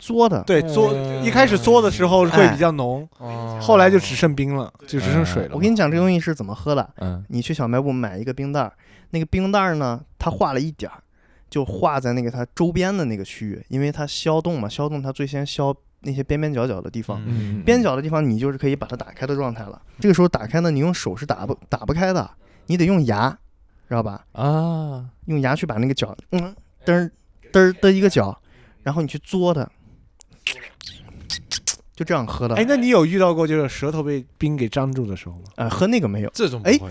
嘬它，
对，嘬一开始嘬的时候会比较浓，
哦
后来就只剩冰了，就只剩水了。
我跟你讲，这东西是怎么喝的？
嗯，
你去小卖部买一个冰袋儿，那个冰袋儿呢，它化了一点儿，就化在那个它周边的那个区域，因为它消冻嘛，消冻它最先消那些边边角角的地方。
嗯
嗯
边角的地方，你就是可以把它打开的状态了。这个时候打开呢，你用手是打不打不开的，你得用牙，知道吧？
啊，
用牙去把那个角，嗯，嘚儿嘚儿的一个角，然后你去嘬它，就这样喝的。
哎，那你有遇到过就是舌头被冰给粘住的时候吗？
呃，喝那个没有，
这种不
哎
会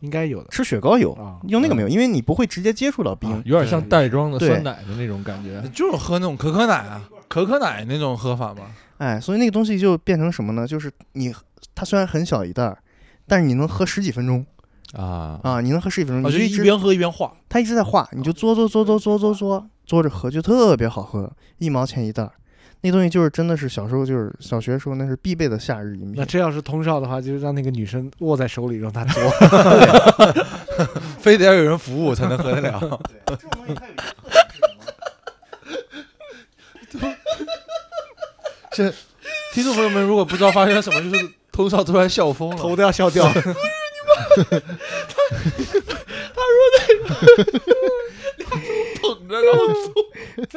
应该有的
吃雪糕有，
啊。
用那个没有，因为你不会直接接触到
啊
冰。
有点像袋装的
对
酸奶的那种感觉，
就是喝那种可可奶啊，可可奶那种喝法嘛。
哎，所以那个东西就变成什么呢？就是你它虽然很小一袋儿，但是你能喝十几分钟
啊
啊，你能喝十几分
我
钟，你
就
就一
一
直
边喝一边化，
它一直在化，你就嘬嘬嘬嘬嘬嘬嘬嘬着喝，就特别好喝，一毛钱一袋儿。那东西就是真的是小时候就是小学时候那是必备的夏日饮
那
品。
这要是通宵的话，就让那个女生握在手里让她 嘬。
非得要有人服务我才能喝得了。
这种东西它有一个特
这听众朋友们如果不知道发生了什么，就是通少突然笑疯了，
头都要笑掉。
捧 着，然后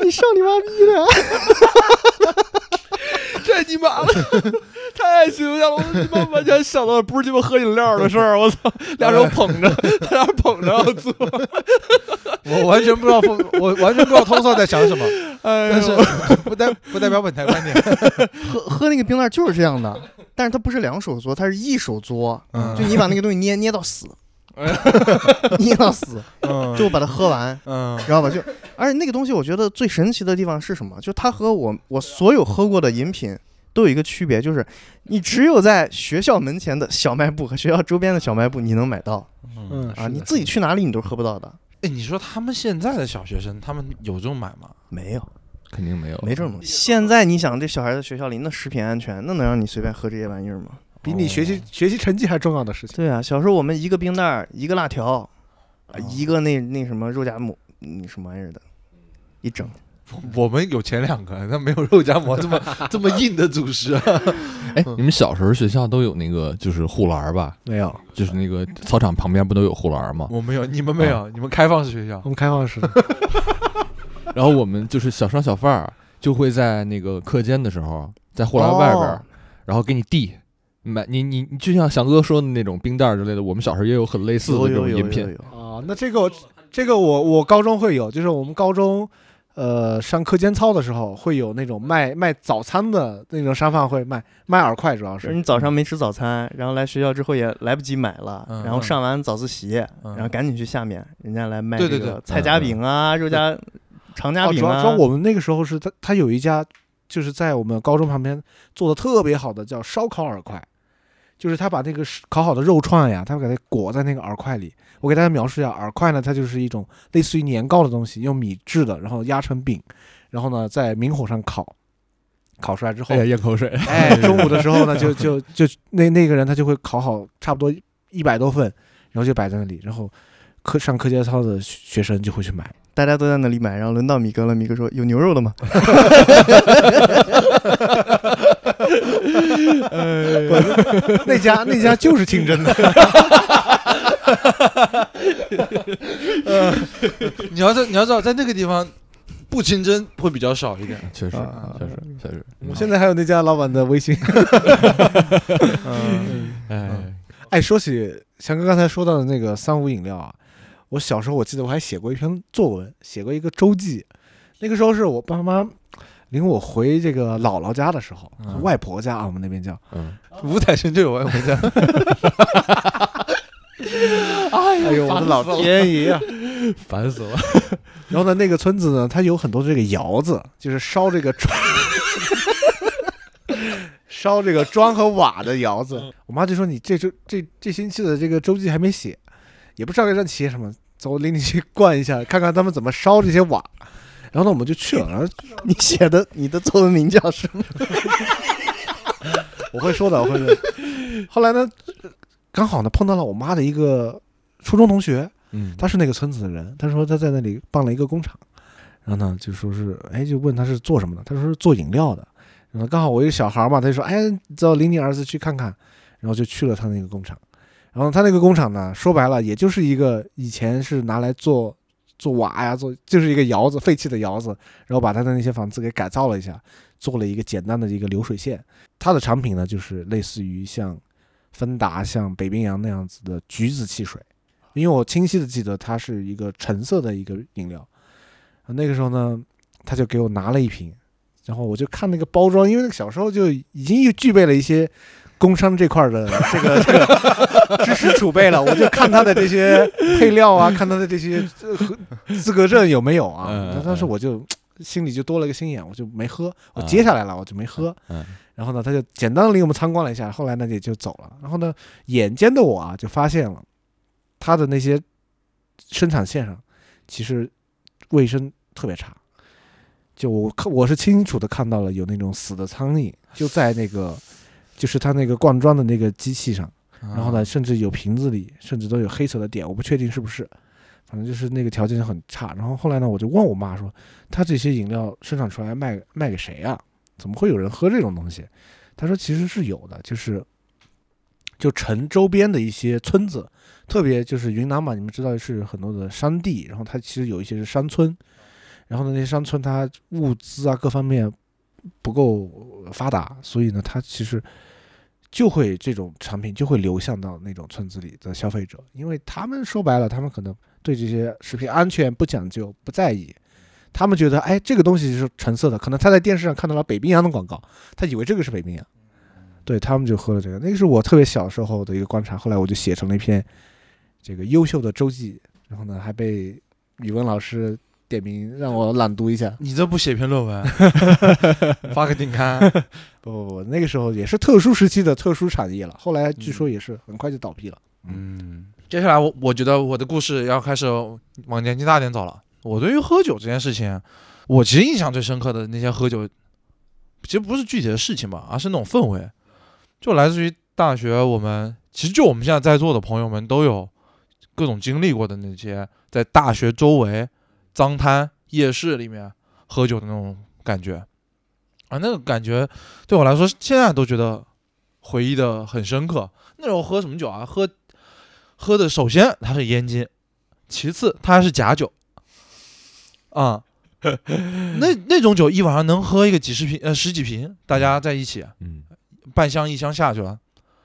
你上你妈逼的、
这你妈的太形象了！我他妈完全想到的不是鸡巴喝饮料的事儿，我操，俩手捧 着，俩手捧着要做，
我完全不知道风，我完全不知道通少在想什 么，
哎
但是不代不代表本台观点。
喝喝那个冰袋就是这样的，但是它不是两手嘬，它是一手嘬，就你把那个东西捏捏到 死，捏到死，
嗯
就把它喝完，
嗯
知道吧？就而且那个东西我觉得最神奇的地方是什么？就它和我我所有喝过的饮品。都有一个区别，就是你只有在学校门前的小卖部和学校周边的小卖部你能买到
嗯。
嗯
啊，你自己去哪里你都喝不到的，
哎，你说他们现在的小学生，他们有这种买吗？
没有哦
肯定没有，
没这种东西。现在你想，这小孩在学校里那食品安全，那能让你随便喝这些玩意儿吗？
比你学
哦
习学习成绩还重要的事情。
对啊，小时候我们一个冰袋儿，一个辣条，呃
哦
一个那那什么肉夹馍，那什么玩意儿的，一整。
我们有前两个，但没有肉夹馍这么这么硬的主食啊。
哎，
嗯
你们小时候学校都有那个就是护栏儿吧？
没有，
就是那个操场旁边不都有护栏儿吗？
我没有，你们没有，啊你们开放式学校
我。们开放式的。
然后我们就是小商小贩儿就会在那个课间的时候，在护栏外边儿，
哦
然后给你递买你你你就像翔哥说的那种冰袋儿之类的，我们小时候也有很类似的
有
这
有
种
有
饮
有
品
有，
啊，那这个我这个我我高中会有，就是我们高中呃上课间操的时候会有那种卖卖早餐的那种商贩会卖卖饵块，主要
说
是
你早上没吃早餐，然后来学校之后也来不及买了，
嗯
然后上完早自习，
嗯
然后赶紧去下面，人家来卖
对
这
对
个
对
菜夹饼啊、肉夹、长夹
哦，
饼
主要
啊。
主要我们那个时候是他他有一家就是在我们高中旁边做的特别好的叫烧烤饵块。就是他把那个是烤好的肉串呀，他给它裹在那个饵块里。我给大家描述一下，饵块呢，它就是一种类似于年糕的东西，用米制的，然后压成饼，然后呢在明火上烤，烤出来之后，
哎呀咽口水，
啊
哎，中午的时候呢，就就就那那个人他就会烤好差不多一百多份，然后就摆在那里，然后课上课间操的学生就会去买。
大家都在那里买，然后轮到米哥了，米哥说有牛肉的吗？
那家那家就是清真 的，
你要在你要知道，在那个地方不清真会比较少一点。
确实
啊
确实确实，
我现在还有那家老板的微信。
哎
哎，说起翔哥刚才说到的那个三无饮料啊，我小时候我记得我还写过一篇作文，写过一个周记。那个时候是我爸妈领我回这个姥姥家的时候，
嗯
外 婆家啊，我们那边叫。
嗯
五彩神就有外婆家，
哎呦，我的老天爷啊！
烦死了。
然后呢，那个村子呢，它有很多这个窑子，就是烧这个 砖，烧这个砖和瓦的窑子。我妈就说：“你这周这这星期的这个周记还没写，也不知道该让你写什么，走，领你去逛一下，看看他们怎么烧这些瓦。”然后呢，我们就去了。然后
你写的你的作文名叫什么？
我会说的，我会说的。后来呢，刚好呢碰到了我妈的一个初中同学，
嗯，
他是那个村子的人，他说他在那里办了一个工厂，然后呢就说是，哎，就问他是做什么的，他说是做饮料的，然后刚好我一个小孩嘛，他就说，哎，走，领你儿子去看看，然后就去了他那个工厂，然后他那个工厂呢，说白了也就是一个以前是拿来做。做瓦呀，做就是一个窑子，废弃的窑子，然后把他的那些房子给改造了一下，做了一个简单的一个流水线。它的产品呢，就是类似于像芬达、像北冰洋那样子的橘子汽水，因为我清晰的记得它是一个橙色的一个饮料。那个时候呢，他就给我拿了一瓶，然后我就看那个包装，因为那个小时候就已经具备了一些工商这块儿的这个这个 知识储备了，我就看它的这些配料啊，看它的这些呃和资格证有没有
嗯嗯
啊
嗯。
当时我就心里就多了个心眼，我就没喝，我
嗯
接下来了，我就没喝。
嗯，
然后呢，他就简单的领我们参观了一下，后来呢也就走了。然后呢，眼尖的我啊就发现了，他的那些生产线上其实卫生特别差，就我看我是清楚的看到了有那种死的苍蝇，就在那个 就是他那个灌装的那个机器上，
啊
然后呢，甚至有瓶子里甚至都有黑色的点，我不确定是不是。反正就是那个条件很差，然后后来呢，我就问我妈说，他这些饮料生产出来卖卖给谁啊？怎么会有人喝这种东西？他说其实是有的，就是就城周边的一些村子，特别就是云南嘛，你们知道是很多的山地，然后它其实有一些是山村，然后呢那些山村它物资啊各方面不够呃发达，所以呢它其实就会这种产品就会流向到那种村子里的消费者，因为他们说白了，他们可能对这些食品安全不讲究、不在意。他们觉得，哎，这个东西是橙色的，可能他在电视上看到了北冰洋的广告，他以为这个是北冰洋，对他们就喝了这个。那个是我特别小时候的一个观察，后来我就写成了一篇这个优秀的周记，然后呢还被语文老师点名让我朗读一下。
你这不写篇论 文，发个顶刊，
不不不，那个时候也是特殊时期的特殊产业了，后来据说也是很快就倒闭了。
嗯，接下来我我觉得我的故事要开始往年纪大点走了。我对于喝酒这件事情，我其实印象最深刻的那些喝酒，其实不是具体的事情吧，而是那种氛围，就来自于大学。我们其实就我们现在在座的朋友们都有各种经历过的那些在大学周围脏摊夜市里面喝酒的那种感觉啊，那个感觉对我来说现在都觉得回忆的很深刻。那时候喝什么酒啊？喝喝的首先它是烟精，其次它还是假酒，啊、那那种酒一晚上能喝一个几十瓶呃十几瓶，大家在一起
嗯，
半箱一箱下去了，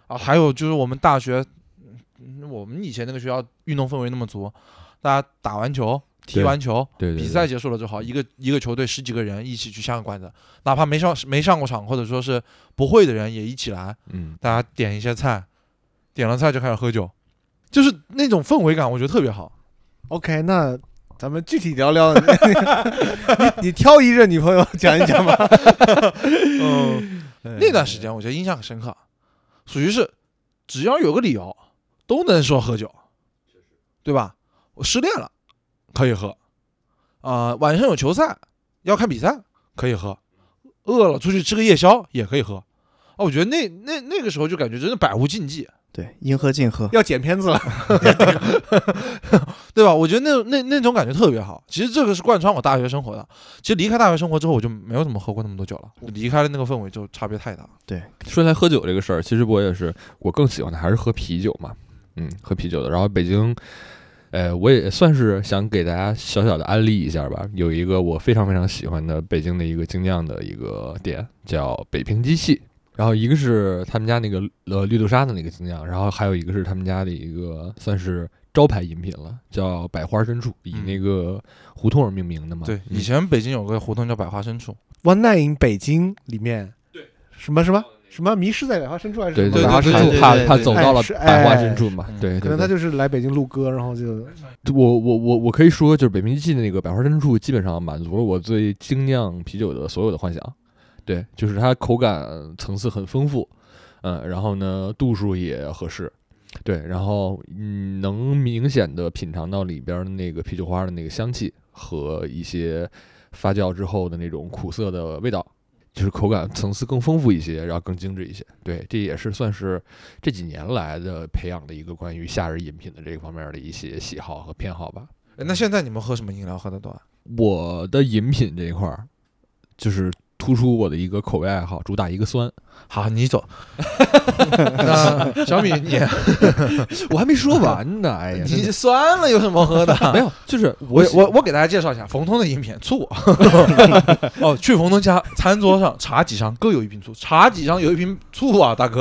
啊，还有就是我们大学，嗯我们以前那个学校运动氛围那么足，大家打完球踢
对
完球，
对对，对
比赛结束了之后，一个一个球队十几个人一起去下个馆子，哪怕没上没上过场或者说是不会的人也一起来，
嗯，
大家点一些菜，点了菜就开始喝酒，就是那种氛围感，我觉得特别好。
OK，那咱们具体聊聊，你你挑一任女朋友讲一讲吧。
嗯，那段时间我觉得印象很深刻，属于是只要有个理由都能说喝酒，对吧？我失恋了可以喝，啊、晚上有球赛要看比赛可以喝，饿了出去吃个夜宵也可以喝。啊，我觉得那那那个时候就感觉真的百无禁忌，
对，应喝尽喝。
要剪片子了，
对吧？我觉得那那那种感觉特别好。其实这个是贯穿我大学生活的。其实离开大学生活之后，我就没有怎么喝过那么多酒了。离开了那个氛围，就差别太大了。
说起来喝酒这个事儿，其实我也是，我更喜欢的还是喝啤酒嘛，嗯，喝啤酒的。然后北京，呃，我也算是想给大家小小的安利一下吧，有一个我非常非常喜欢的北京的一个精酿的一个店，叫北平机器。然后一个是他们家那个呃绿豆沙的那个精酿，然后还有一个是他们家的一个算是招牌饮品了，叫百花深处，以
嗯
那个胡同儿命名的嘛。
对，
嗯
以前北京有个胡同叫百花深处，
《One Night in 北京》里面，对，什么什么什么迷失在百花深处还是
对
什么的
对对
对对
对，怕
对
怕
对
走到了
哎是
百花
哎
深处嘛
嗯，
对，
可
对
能他就
对
是来北京录歌，然后就
我我我我可以说，就是北冰记那个百花深处，基本上满足了我对精酿啤酒的所有的幻想。对，就是它口感层次很丰富，嗯，然后呢度数也合适，对，然后嗯能明显的品尝到里边儿那个啤酒花的那个香气和一些发酵之后的那种苦涩的味道，就是口感层次更丰富一些，然后更精致一些。对，这也是算是这几年来的培养的一个关于夏日饮品的这个方面的一些喜好和偏好吧。
哎那现在你们喝什么饮料喝得多啊？
我的饮品这一块儿，就是突出我的一个口味爱好，主打一个酸。
好，你走。那小米，你
我还没 说完呢，哎呀，
你酸了有什么喝的？
没有，就是
我
我
我我给大家介绍一下冯通的饮品 醋。哦，去冯通家餐桌上茶几上各有一瓶醋，茶几上有一瓶醋啊，大哥。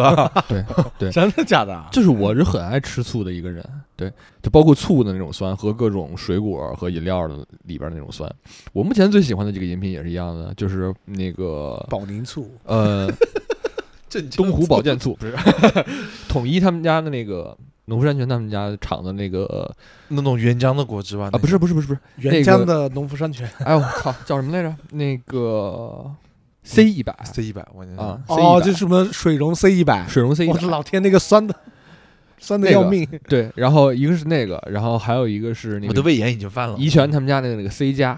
真的假的？
就是我是很爱吃醋的一个人，对，就包括醋的那种酸和各种水果和饮料的里边儿那种酸。我目前最喜欢的这个饮品也是一样的，就是那个
保宁醋
呃
震惊
东湖保健醋，不是 统一他们家的那个农夫山泉他们家厂的那个
那种原浆的果汁吧？
啊，不是不是不是不是，
原浆的农夫山泉
哎呦我操， 叫什么来着？那个 C 一百
C 一百，我跟你
啊，，C
哦，就是什么水溶 C 一百，
水溶 C 一
我
百
的，老天，那个酸的酸的要命，
对，然后一个是那个，然后还有一个是那
我的
个
胃炎已经犯了。
怡泉他们家那个那个 C 加，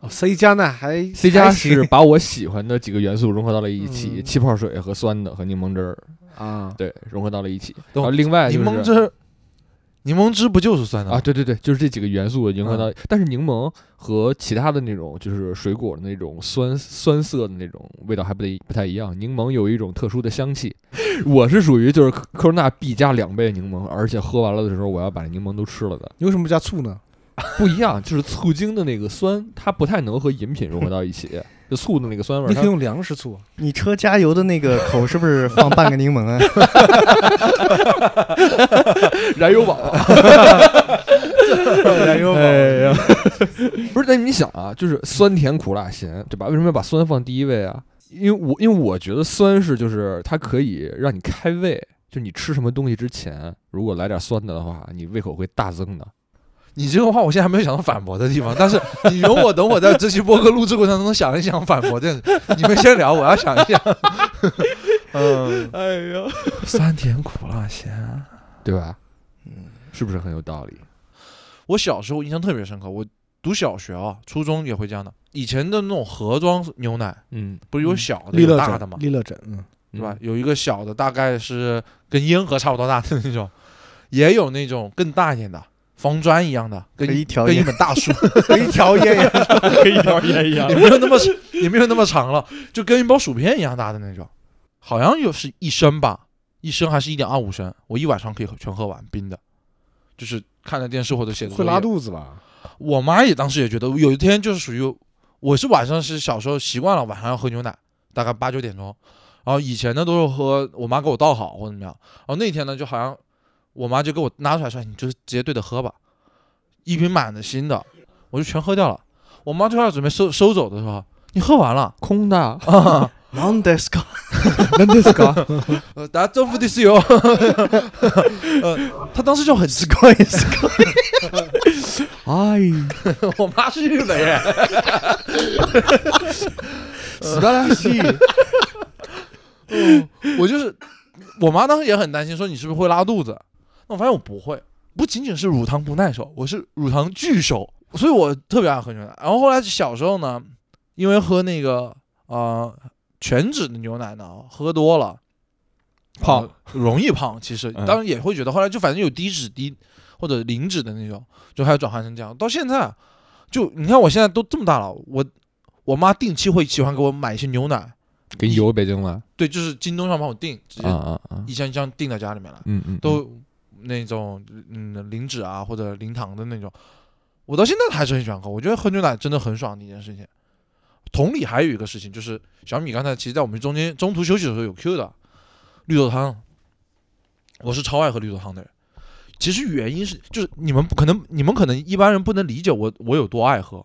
哦 C 加呢还
C 加
还行
是把我喜欢的几个元素融合到了一起，
嗯
气泡水和酸的和柠檬汁儿，
啊，
对，融合到了一起。
懂
然后另外、就
柠
是、
檬汁，柠檬汁不就是酸的吗
啊，？对对对，就是这几个元素融合到，但是柠檬和其他的那种就是水果的那种酸酸涩的那种味道还不得不太一样。柠檬有一种特殊的香气， 我是属于就是科科罗娜必加两倍的柠檬，而且喝完了的时候我要把柠檬都吃了的。
你为什么不加醋呢？
不一样，就是醋精的那个酸，它不太能和饮品融合到一起， 就醋的那个酸味儿
你可
它
以用粮食醋，
哦
你车加油的那个口是不是放半个柠檬 啊？
燃油宝。
燃油
哎呀，不是，那你想啊，就是酸甜苦辣咸，对吧？为什么要把酸放第一位啊？因为我因为我觉得酸是就是它可以让你开胃，就你吃什么东西之前，如果来点酸的的话，你胃口会大增的。
你这个话我现在还没有想到反驳的地方，但是你容我等我在这期播客录制过程中想一想反驳这个。你们先聊，我要想一想。嗯，
哎呀，
酸甜苦辣咸。
对吧？嗯，是不是很有道理？
我小时候印象特别深刻，我读小学啊，初中也会这样的。以前的那种盒装牛奶，
嗯，
不是有小的、
利
有
乐
大的
枕
嘛，，
利乐枕，嗯，
对吧？？有一个小的，大概是跟烟盒差不多大的那种，也有那种更大一点的，方砖一样的，跟
可以调
跟一
研
本 大书，
一条烟 呀，
跟一条烟一样
也没有那么也没有那么长了，就跟一包薯片一样大的那种，好像有是一升吧，一升还是一点二五升，我一晚上可以全喝完冰的，就是看着电视或者写着
会
作
拉
业
肚子吧？
我妈也当时也觉得，有一天就是属于，我是晚上是小时候习惯了晚上要喝牛奶，大概八九点钟，然后以前呢都是喝我妈给我倒好或者怎么样，然后那天呢就好像我妈就给我拿出来说，哎你就是直接对着喝吧，一瓶满的新的，我就全喝掉了。我妈最后要准备收收走的时候，你喝完了，
空的，
Non d e s c o
那这是个
呃，大家征服的是有，呃，她当时就很
すごいすごい。
哎，
我妈是日本人，呃
死巴拉 西，
我就是我妈当时也很担心，说你是不是会拉肚子？那我发现我不会，不仅仅是乳糖不耐受，我是乳糖巨受，所以我特别爱喝牛奶。然后后来小时候呢，因为喝那个呃全脂的牛奶呢，喝多了
胖
容易胖，其实
嗯
当然也会觉得，后来就反正有低脂低或者零脂的那种，就还有转换成这样。到现在，啊就你看我现在都这么大了，我我妈定期会喜欢给我买一些牛奶，
给你邮北京了
对，就是京东上帮我订，
啊
直接
啊啊！
一箱一箱订到家里面来，
嗯嗯，
都那种嗯零脂啊或者零糖的那种，我到现在还是很喜欢喝，我觉得喝牛奶真的很爽的一件事情。同理，还有一个事情就是小米刚才其实在我们中间中途休息的时候有 Q 的绿豆汤，我是超爱喝绿豆汤的人。其实原因是就是你们不可能你们可能一般人不能理解我我有多爱喝，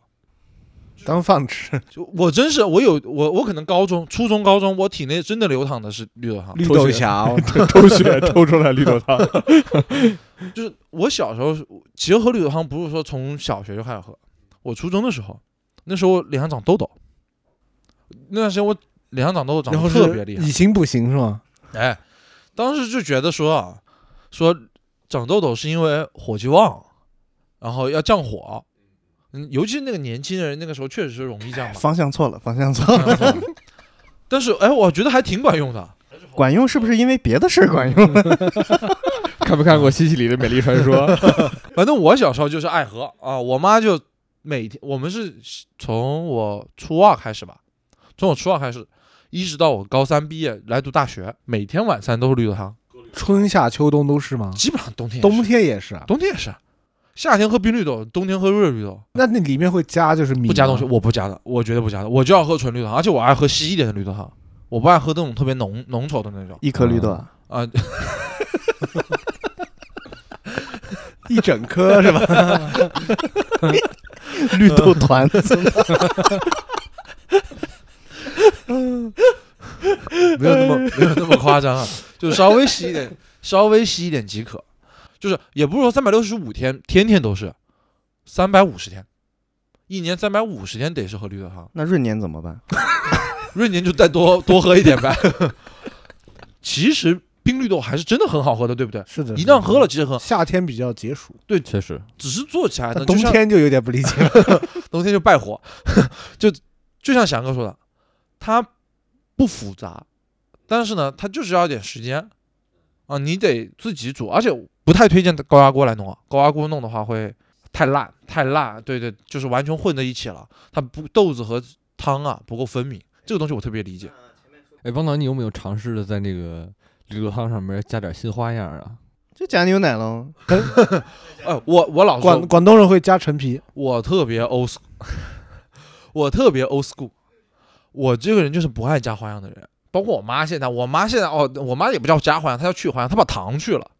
当饭吃。
就我真是我有我我可能高中、初中、高中，我体内真的流淌的是绿豆汤，
绿
抽
豆
血
侠，
哦
抽血抽出来绿豆汤，
就是我小时候是其实喝绿豆汤不是说从小学就开始喝，我初中的时候，那时候我脸上长痘痘，那段时间我脸上长痘痘
然
长
后
得
是
特别厉害，
以形补形是吗？
哎，当时就觉得说啊，说长痘痘是因为火气旺，然后要降火，嗯，尤其是那个年轻人那个时候确实是容易降火。嗯
方向错了，方向
哎
错了，
但是哎，我觉得还挺管用的。
管用是不是因为别的事儿管用？
看没看过
啊
西西里的美丽传说？
反正我小时候就是爱喝啊，我妈就每天，我们是从我初二开始吧，从我初二开始，一直到我高三毕业来读大学，每天晚餐都是绿豆汤，
春夏秋冬都是吗？
基本上冬天也
冬
是
天也是啊。
冬天也是，夏天喝冰绿豆，冬天喝热绿豆，
那那里面会加就是米吗，
不加东西，我不加的，我绝对不加的，我就要喝纯绿豆汤，而且我爱喝稀一点的绿豆汤，我不爱喝那种特别浓浓稠的那种
一颗绿豆啊，
啊。
一整颗 是吧？
啊 绿豆团子，
没有那么没有那么夸张啊，就稍微稀一点， 稍微稀一点即可。就是也不是说三百六十五天天天都是，三百五十天，一年三百五十天得是喝绿豆汤。
那闰年怎么办？
闰年就再多 多喝一点呗。其实冰绿豆还是真的很好喝的，对不对？
是的，
一旦喝了，直接喝，
夏天比较解暑，
确实，
只是做起来呢，
但冬
就像
天就有点不 理解了。
冬天就败火， 就就像翔哥说的，它不复杂，但是呢，它就是要点时间啊，你得自己煮，而且不太推荐高压锅来弄啊，高压锅弄的话会太烂，太烂，对对，就是完全混在一起了，它不豆子和汤啊不够分明，这个东西我特别理解。
哎，汪导，你有没有尝试着在那个绿豆汤上面加点新花样啊？
就加牛奶喽。
哎，我我老
广
说，
广东人会加陈皮，
我特别 old school，我特别 old school，我这个人就是不爱加花样的人。包括我妈现在，我妈现在哦，我妈也不叫加花样，她叫去花样，她把糖去了。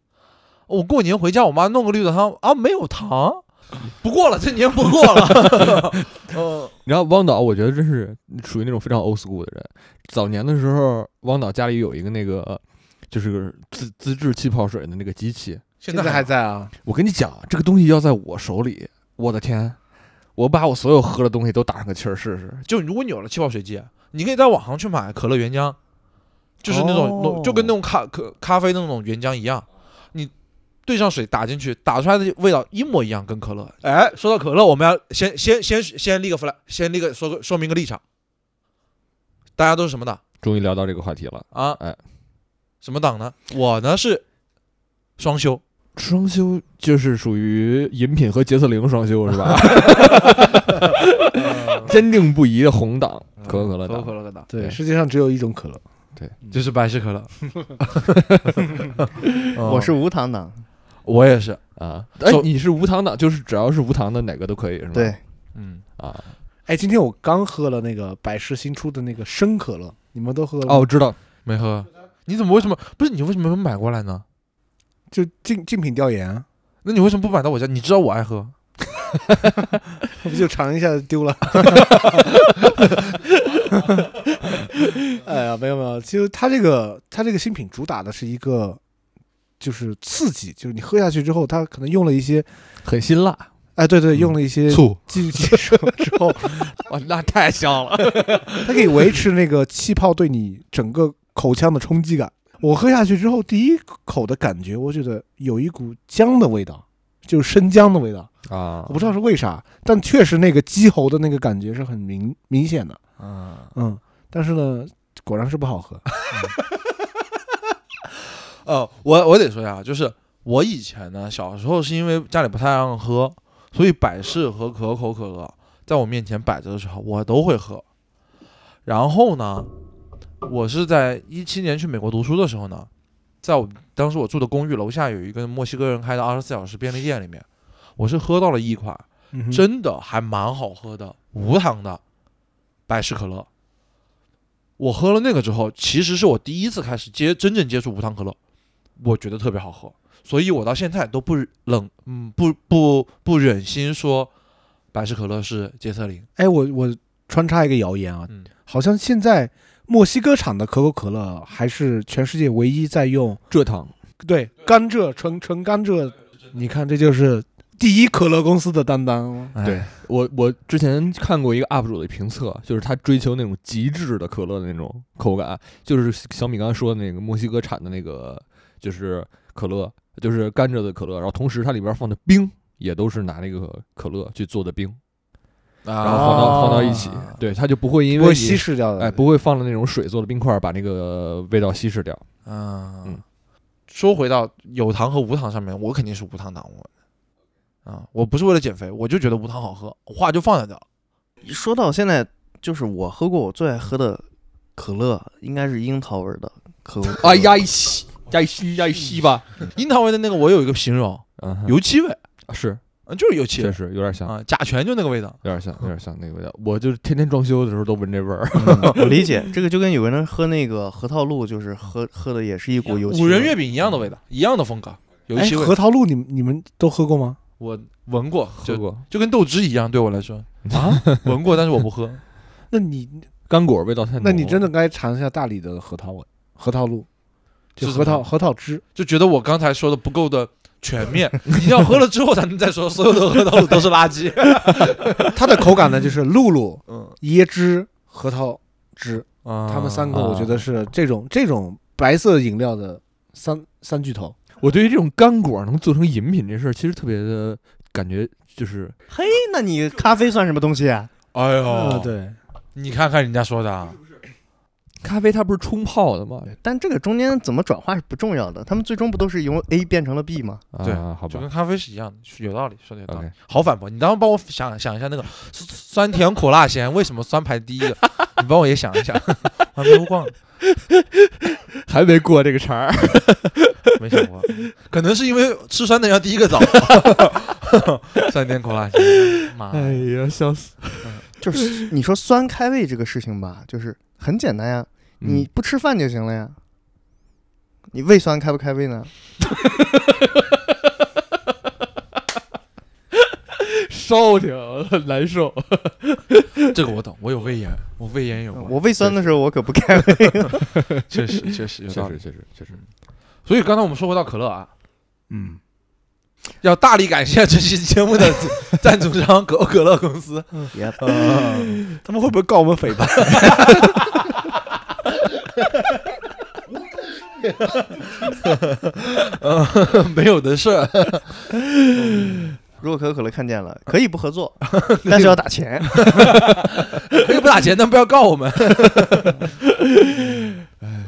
我过年回家，我妈弄个绿豆汤啊，没有糖，不过了，这年不过了。嗯，
然后汪导，我觉得真是属于那种非常 old school 的人。早年的时候，汪导家里有一个那个就是自自制气泡水的那个机器。
现
在还
在
在啊。
我跟你讲，这个东西要在我手里，我的天！我把我所有喝的东西都打上个气儿试试，
就如果你有了气泡水机，你可以在网上去买可乐原浆，就是那种、
哦
就跟那种咖可咖啡那种原浆一样，你兑上水打进去，打出来的味道一模一样，跟可乐。哎，说到可乐，我们要先先先先立个 flag，先立个说个说明个立场，大家都是什么党
终于聊到这个话题了。
啊？
哎，
什么党呢？我呢是双休，
双休就是属于饮品和洁厕灵双休是 吧？ 坚定不移的红党，呃可嗯口可乐
可口可
党。
乐的党，
对，
对
世界上只有一种可乐，
就是百事 可乐。
我是无糖党，
嗯我也是，
啊，哎
首，
你是无糖党，就是只要是无糖的哪个都可以是吗？
对，
嗯，
啊，
哎，今天我刚喝了那个百事新出的那个生可乐，你们都喝了吗
哦，我知道，
没喝。你怎么为什么不是你为什么没买过来呢？
就竞竞品调研啊，
那你为什么不买到我家？你知道我爱喝，
不就尝一下就丢了？ 哎呀，没有没有，其实它这个它这个新品主打的是一个，就是刺激，就是你喝下去之后，它可能用了一些，
很辛辣，
哎，对对，
嗯
用了一些
醋
技技术之后，
哦
哇，那太香了。
它可以维持那个气泡对你整个口腔的冲击感。我喝下去之后，第一口的感觉，我觉得有一股姜的味道，就是生姜的味道。
啊
我不知道是为啥，但确实那个鸡喉的那个感觉是很明明显的。
啊，
嗯，但是呢，果然是不好喝。
呃，我我得说一下，就是我以前呢，小时候是因为家里不太让喝，所以百事和可口可乐在我面前摆着的时候，我都会喝。然后呢，我是在一七年去美国读书的时候呢，在我当时我住的公寓楼下有一个墨西哥人开的二十四小时便利店里面，我是喝到了一款
嗯哼
真的还蛮好喝的，无糖的百事可乐。我喝了那个之后，其实是我第一次开始接真正接触无糖可乐，我觉得特别好喝，所以我到现在都不忍冷，嗯，不不不忍心说百事可乐是洁厕灵。
哎，我我穿插一个谣言啊，
嗯
好像现在墨西哥产的可口可乐还是全世界唯一在用
蔗糖
对甘蔗纯纯甘蔗，你看这就是第一可乐公司的担当。
对我，我之前看过一个 UP 主的评测，就是他追求那种极致的可乐的那种口感，就是小米刚才说的那个墨西哥产的那个，就是可乐，就是甘蔗的可乐，然后同时它里边放的冰也都是拿那个可乐去做的冰，然后放到、
啊
放到一起，对，它就不会因
不
为
会
你
稀释掉的，
哎不会放了那种水做的冰块把那个味道稀释掉。
啊
嗯
说回到有糖和无糖上面，我肯定是无糖党，我啊，我不是为了减肥，我就觉得无糖好喝，话就放在这儿。
说到现在，就是我喝过我最爱喝的可乐，应该是樱桃味儿的可口可乐。
啊呀一吸呀一吸呀一吸吧，
樱桃味的那个我有一个形容，
嗯哼，
油漆味，
是
啊，就是油漆
确
味
实有点像，
啊，甲醛就那个味道。
有点像，有点像那个味道。我就是天天装修的时候都闻这味儿。
嗯我理解，这个就跟有个人喝那个核桃露，就是喝喝的也是一股油漆味。
五仁月饼一样的味道，一样的风格，油
嗯哎
漆味。
核桃露你们你们都喝过吗？
我闻过，
喝
就
过
就跟豆汁一样，对我来 说
啊，
闻过，但是我不喝。
那你
干果味道太浓了。
那你真的该尝一下大理的核桃味，核桃露，就是核
什么
桃核桃汁。
就觉得我刚才说的不够的 全面，一定要喝了之后才能再说所有的喝到的都是垃 圾。
它的口感呢，就是露 露、
嗯，
椰汁、核桃汁，
他
它们三个
啊
我觉得是这种这种白色饮料的三三巨头。
我对于这种干果能做成饮品这事儿，其实特别的感觉就是
嘿，哎那你咖啡算什么东西啊？
哎
啊
呦，，
对，
你看看人家说的啊，
咖啡，它不是冲泡的吗？
但这个中间怎么转化是不重要的，他们最终不都是由 A 变成了 B 吗？
对
啊，好吧
就跟咖啡是一样的，是有道理，说的有道理。
，OK，
好反驳，你当时帮我想想一下那个酸酸甜苦辣咸为什么酸排第一的， 你帮我也想一想， 我还没逛，
还没过这个茬 儿。
没想过， 可能是因为吃酸的要第一个早，酸甜苦辣咸，妈呀，
哎呀，笑死！
就是你说酸开胃这个事情吧，就是很简单呀，
嗯
你不吃饭就行了呀。你胃酸开不开胃呢？
烧挺很难受。
这个我懂，我有胃炎，我胃炎有
我
过，
胃酸的时候我可不开胃。
确实确实有
确
道
实，
理。
确实，确实，
所以刚才我们说回到可乐啊，
嗯，
要大力感谢这期节目的赞 助商可口可乐公司。
Yep
他们会不会告我们诽谤？
没有的事儿，
如果可口可乐看见了，可以不合作，但是要打钱。
可以不打钱，但不要告我 们。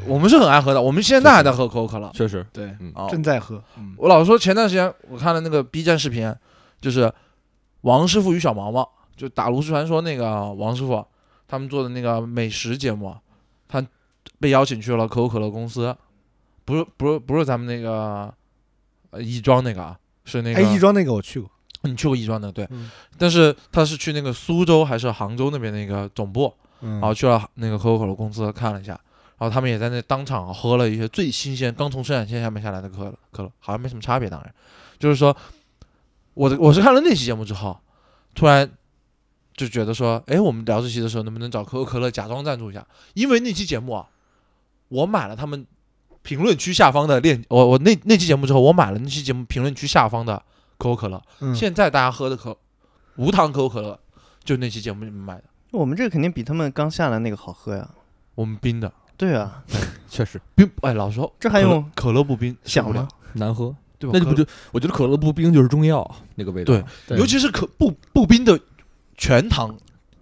我们是很爱喝的，我们现在还在喝可口可乐。
确实。
对，
嗯
啊，
正在喝。嗯，
我老实说，前段时间我看了那个 B 站视频，就是王师傅与小毛毛，就打炉石传说那个王师傅，他们做的那个美食节目，他被邀请去了可口可乐公司，不是不是不是咱们那个呃亦庄那个啊，是那
哎，
个
亦庄那个我去过，
你去过亦庄的对，
嗯
但是他是去那个苏州还是杭州那边那个总部，
嗯
然后去了那个可口可乐公司看了一下，然后他们也在那当场喝了一些最新鲜、刚从生产线下面下来的可乐，可乐好像没什么差别。当然，就是说，我嗯的我是看了那期节目之后，突然就觉得说，哎，我们聊这期的时候能不能找可口可乐假装赞助一下？因为那期节目啊，我买了他们评论区下方的链，我我那那期节目之后，我买了那期节目评论区下方的可口可乐。
嗯
现在大家喝的可无糖可口可乐，就那期节目里面买的，
我们这个肯定比他们刚下来那个好喝呀。
我们冰的。
对啊，
确实
冰哎，老实说，
这还
可乐
用
可乐不冰
想
吗
吗？？
难喝，
对
那
吧？
就不
可乐
就我觉得可乐不冰就是中药那个味道，
对尤其是可不不冰的全糖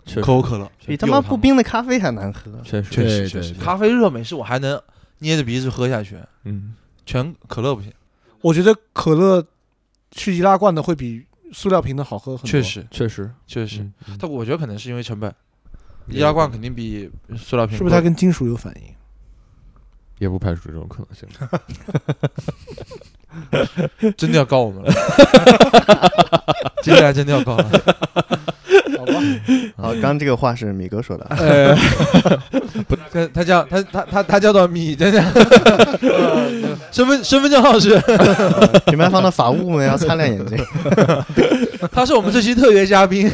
确实
可口可乐，
比他妈不
有
冰的咖啡还难喝。
确实
糖，确
对
实确实，
对对
咖啡热美式我还能捏着鼻子喝下去，
嗯，
全可乐不行，
我觉得可乐是易拉罐的会比塑料瓶的好喝很多。
确，实
确实
确实，
嗯嗯
但我觉得可能是因为成本，
也
易拉罐
有可能
肯定比塑料瓶
是不是它
贵
跟金属有反应？
也不排除这种可能性。
真的要告我们了？接下来真的要告了，
好吧，
好，刚刚这个话是米哥说 的。啊
呃，不，他他叫他他他他叫做米，真的， 身份身份证号是
品牌方的法务们要擦亮眼睛。
他是我们这期特约嘉宾。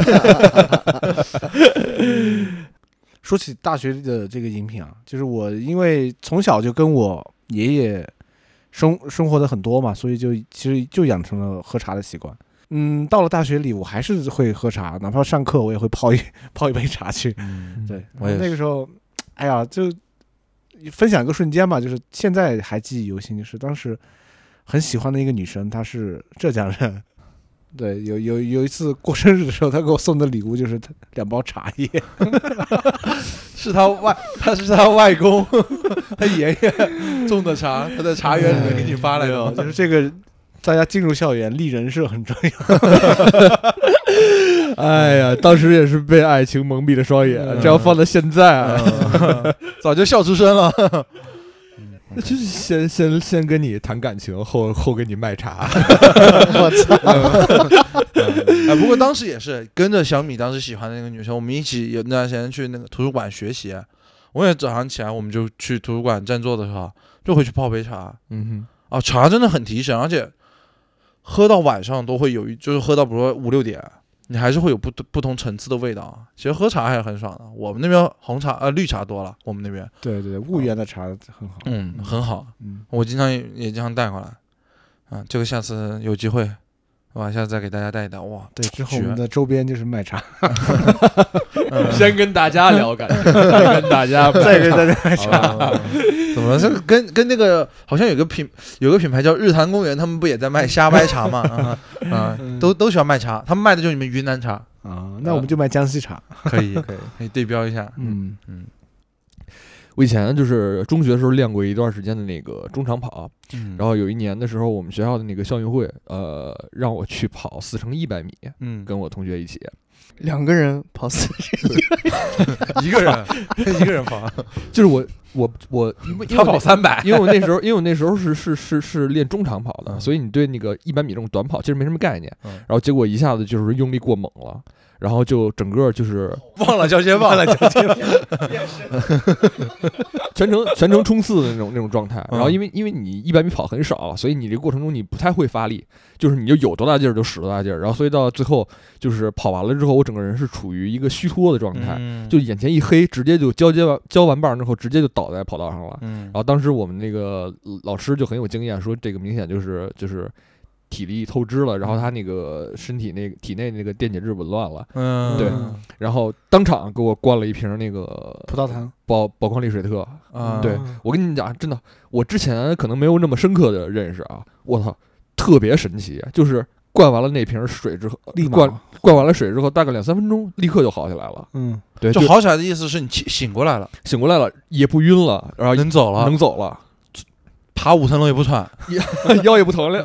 说起大学的这个饮品啊，就是我因为从小就跟我爷爷生生活的很多嘛，所以就其实就养成了喝茶的习惯。嗯，到了大学里，我还是会喝茶，哪怕上课我也会泡一 泡一杯茶去。
嗯
对，
我也
那个时候，哎呀，就分享一个瞬间吧，就是现在还记忆犹新，就是当时很喜欢的一个女生，她是浙江人。 对，有有有一次过生日的时候，她给我送的礼物就是她两包茶叶。
是他外，他是他外公， 他爷爷种的茶，他在茶园里面给你发来的。
啊就是这个，大家进入校园立人设很重要。
哎呀，当时也是被爱情蒙蔽了双眼，这要放到现在啊，
早就笑出声了。
那就是先先先跟你谈感情，后后跟你卖茶。
我操，
哎，不过当时也是跟着小米当时喜欢的那个女生，我们一起有那段时间去那个图书馆学习。啊我也早上起来，我们就去图书馆占座的时候，就会去泡杯茶。
嗯
啊，茶真的很提神，而且喝到晚上都会有一，就是喝到比如说五六点，你还是会有不不同层次的味道。其实喝茶还是很爽的。我们那边红茶呃绿茶多了，我们那边
对对，婺源的茶很好。
嗯很好，
嗯，
我经常也也经常带过来。啊，这个下次有机会，我下次再给大家带一带。哇，
对，之后我们的周边就是卖茶，
哼，
嗯
先跟大家聊感 情，再跟大家
再给大家卖
好
茶。
吧
怎么了？这个跟跟那个好像有个品有个品牌叫日坛公园，他们不也在卖虾掰茶 吗？啊、啊都都喜欢卖茶，他们卖的就是你们云南茶，
啊，那我们就卖江西茶。
可 以
可以。
可以对标一下。
嗯
嗯
我以前就是中学的时候练过一段时间的那个中长跑，
嗯
然后有一年的时候，我们学校的那个校运会，呃，让我去跑四乘一百米，
嗯，
跟我同学一起，
两个人跑四十一，
一个 人一个人跑，
就是我我我，因为因为
他
我
跑
那
三百，
因为我那时候，因为 我那时候是是是是练中长跑的，
嗯
所以你对那个一百米这种短跑其实没什么概念。
嗯
然后结果一下子就是用力过猛了，然后就整个就是
忘了交接棒了，
全程全程冲刺的那种那种状态。
嗯
然后因为因为你一百米跑很少，啊所以你这个过程中你不太会发力，就是你就有多大劲儿就使多大劲儿。然后所以到最后就是跑完了之后，我整个人是处于一个虚脱的状态，
嗯
就眼前一黑，直接就交接完交完棒之后，直接就倒在跑道上了。
嗯
然，后当时我们那个老师就很有经验，说这个明显就是就是体力透支了，然后他那个身体那个体内那个电解质紊乱了，
嗯
对
嗯
然后当场给我灌了一瓶那个
葡萄糖，嗯
宝宝矿力水特。
啊
对我跟你讲，真的，我之前可能没有那么深刻的认识啊，我操，特别神奇，就是灌完了那瓶水之后，
立
灌
马，
灌完了水之后，大概两三分钟，立刻就好起来了，
嗯，
对，就
就好起来的意思是你起醒过来了，
醒过来了，也不晕了，然后
能走了，
能走了。
爬五层楼也不喘，
腰也不疼 了，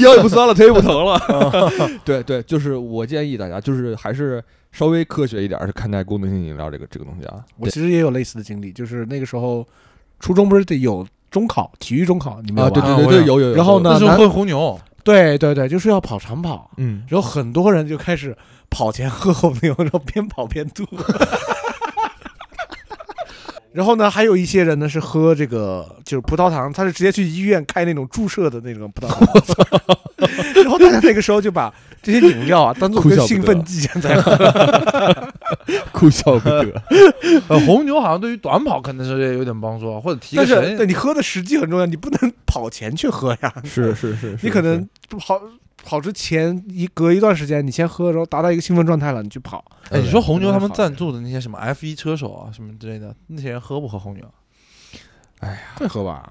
腰也不酸了，腿也不疼了。 对对，就是我建议大家，就是还是稍微科学一点儿去看待功能性饮料这个这个东西啊。
我其实也有类似的经历，就是那个时候初中不是得有中考，体育中考，你
对
们
啊，
有
对
吧
啊
对对
我
对，有
有
有有。
然后呢
那时候
男
会红牛，
对对对，就是要跑长跑，
嗯，
然后很多人就开始跑前喝红牛，然后边跑边吐。 然后呢，还有一些人呢是喝这个就是葡萄糖，他是直接去医院开那种注射的那种葡萄糖。 然后大家那个时候就把这些饮料啊当做
哭笑
跟
不得
兴奋剂一样在 喝。
哭笑不得。
呃，红牛好像对于短跑可能是有点帮助，啊或者提个
但是对
神。
你喝的时机很重要，你不能跑前去喝呀，
是是是，
你可能跑。跑之前一隔一段时间，你先喝，然后达到一个兴奋状态了，你去跑。
哎，你说红牛他们
好
赞助的那些什么 F 一车手啊什么之类的，那些人喝不喝红牛？啊
会喝吧？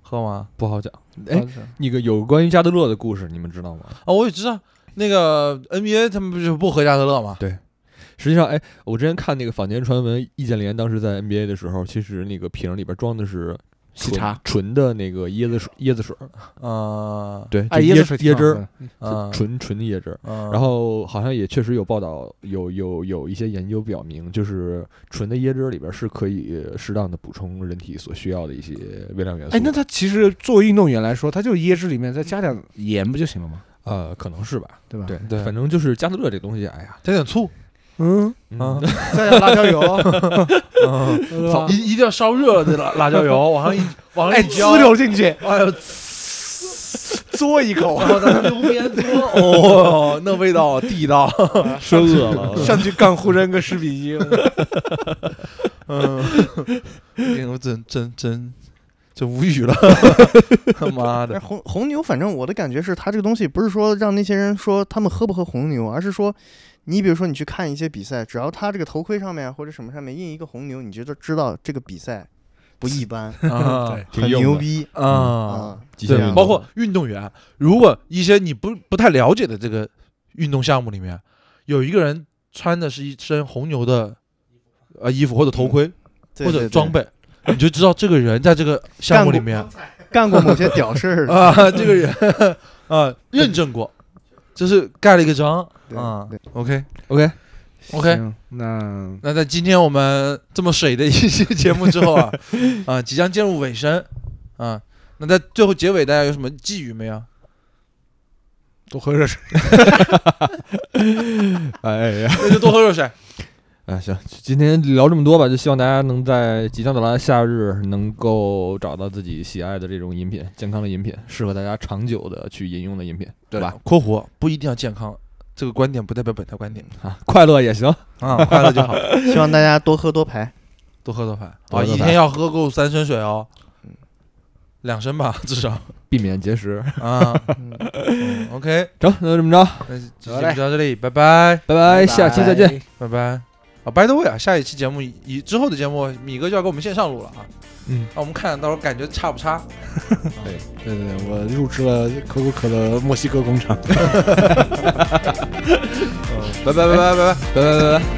喝吗？
不好讲。哎
哎，
那个有关于加德乐的故事，你们知道吗？
啊，我也知道，那个 NBA 他们不是不喝加德乐吗？
实际上，哎，我之前看那个坊间传闻，易建联当时在 NBA 的时候，其实那个瓶里边装的是
喜
纯
茶
纯的那个椰子水，椰子水儿，
嗯
对，
哎，
就
椰
椰
子水挺
椰
好
汁
喝
儿，
的，
嗯，
纯纯的椰汁儿。
嗯，
然后好像也确实有报道，有有有一些研究表明，就是纯的椰汁里边是可以适当的补充人体所需要的一些微量元素。
哎，那他其实作为运动员来说，他就椰汁里面再加点盐不就行了吗？
呃，可能是吧，
对吧？
对，
对
反正就是加德乐这东西，哎呀，
加点醋，
嗯，
嗯
嗯，，
再加辣椒 油，
嗯
对吧
一一定要烧热了的辣辣椒油，往上一往上
哎，
一
滋
浇，
溜进去，
哎呦，
嘬一口，
我在那溜边嘬，哦，那味道地道，
说饿了，
上去干呼扔个十比 一。
嗯，哎 我真真真真无语了， 他妈的
但 是，哎红红牛，反正我的感觉是，它这个东西不是说让那些人说他们喝不喝红牛，而是说，你比如说你去看一些比赛，只要他这个头盔上面或者什么上面印一个红牛，你就知道这个比赛不一般，
啊
对
挺
很
硬
牛
的
逼
啊！
啊！
极限
对
运，动
包括运动员，如果一些你不不太了解的这个运动项目里面，有一个人穿的是一身红牛的呃衣服或者头盔
嗯对
或者
对对
装备，你就知道这个人在这个项目里面
干过某些屌事 儿 的，
啊，这个人 啊认证过，就是盖了一个章
对
啊
对。
OK
OK，
OK，
行那
那在今天我们这么水的一期节目之后啊， 啊，即将进入尾声啊。那在最后结尾，大家有什么寄语没啊有？
多喝热水。
哎呀，
那就多喝热水。
啊，行，今天聊这么多吧，就希望大家能在即将到来的夏日，能够找到自己喜爱的这种饮品，健康的饮品，适合大家长久的去饮用的饮品，对吧？？
括弧不一定要健康，这个观点不代表本台观点
啊，快乐也行，
啊， 快乐就好，
希望大家多喝多排。
多喝多饭
多
啊，
喝多
一
饭
天要喝够三升水哦，两升吧至少
避免节食。
啊。
嗯
嗯 OK，
成，那就这么着，
那这期节目就到这里，拜拜，
拜拜，哎下期再见。
拜拜。啊，by the way 啊，下一期节目以之后的节目，米哥就要给我们线上录了啊。
嗯，
那我们看到时候感觉差不差？
对对对，我入职了可口可乐墨西哥工厂。
拜拜拜拜拜拜。
拜拜拜拜。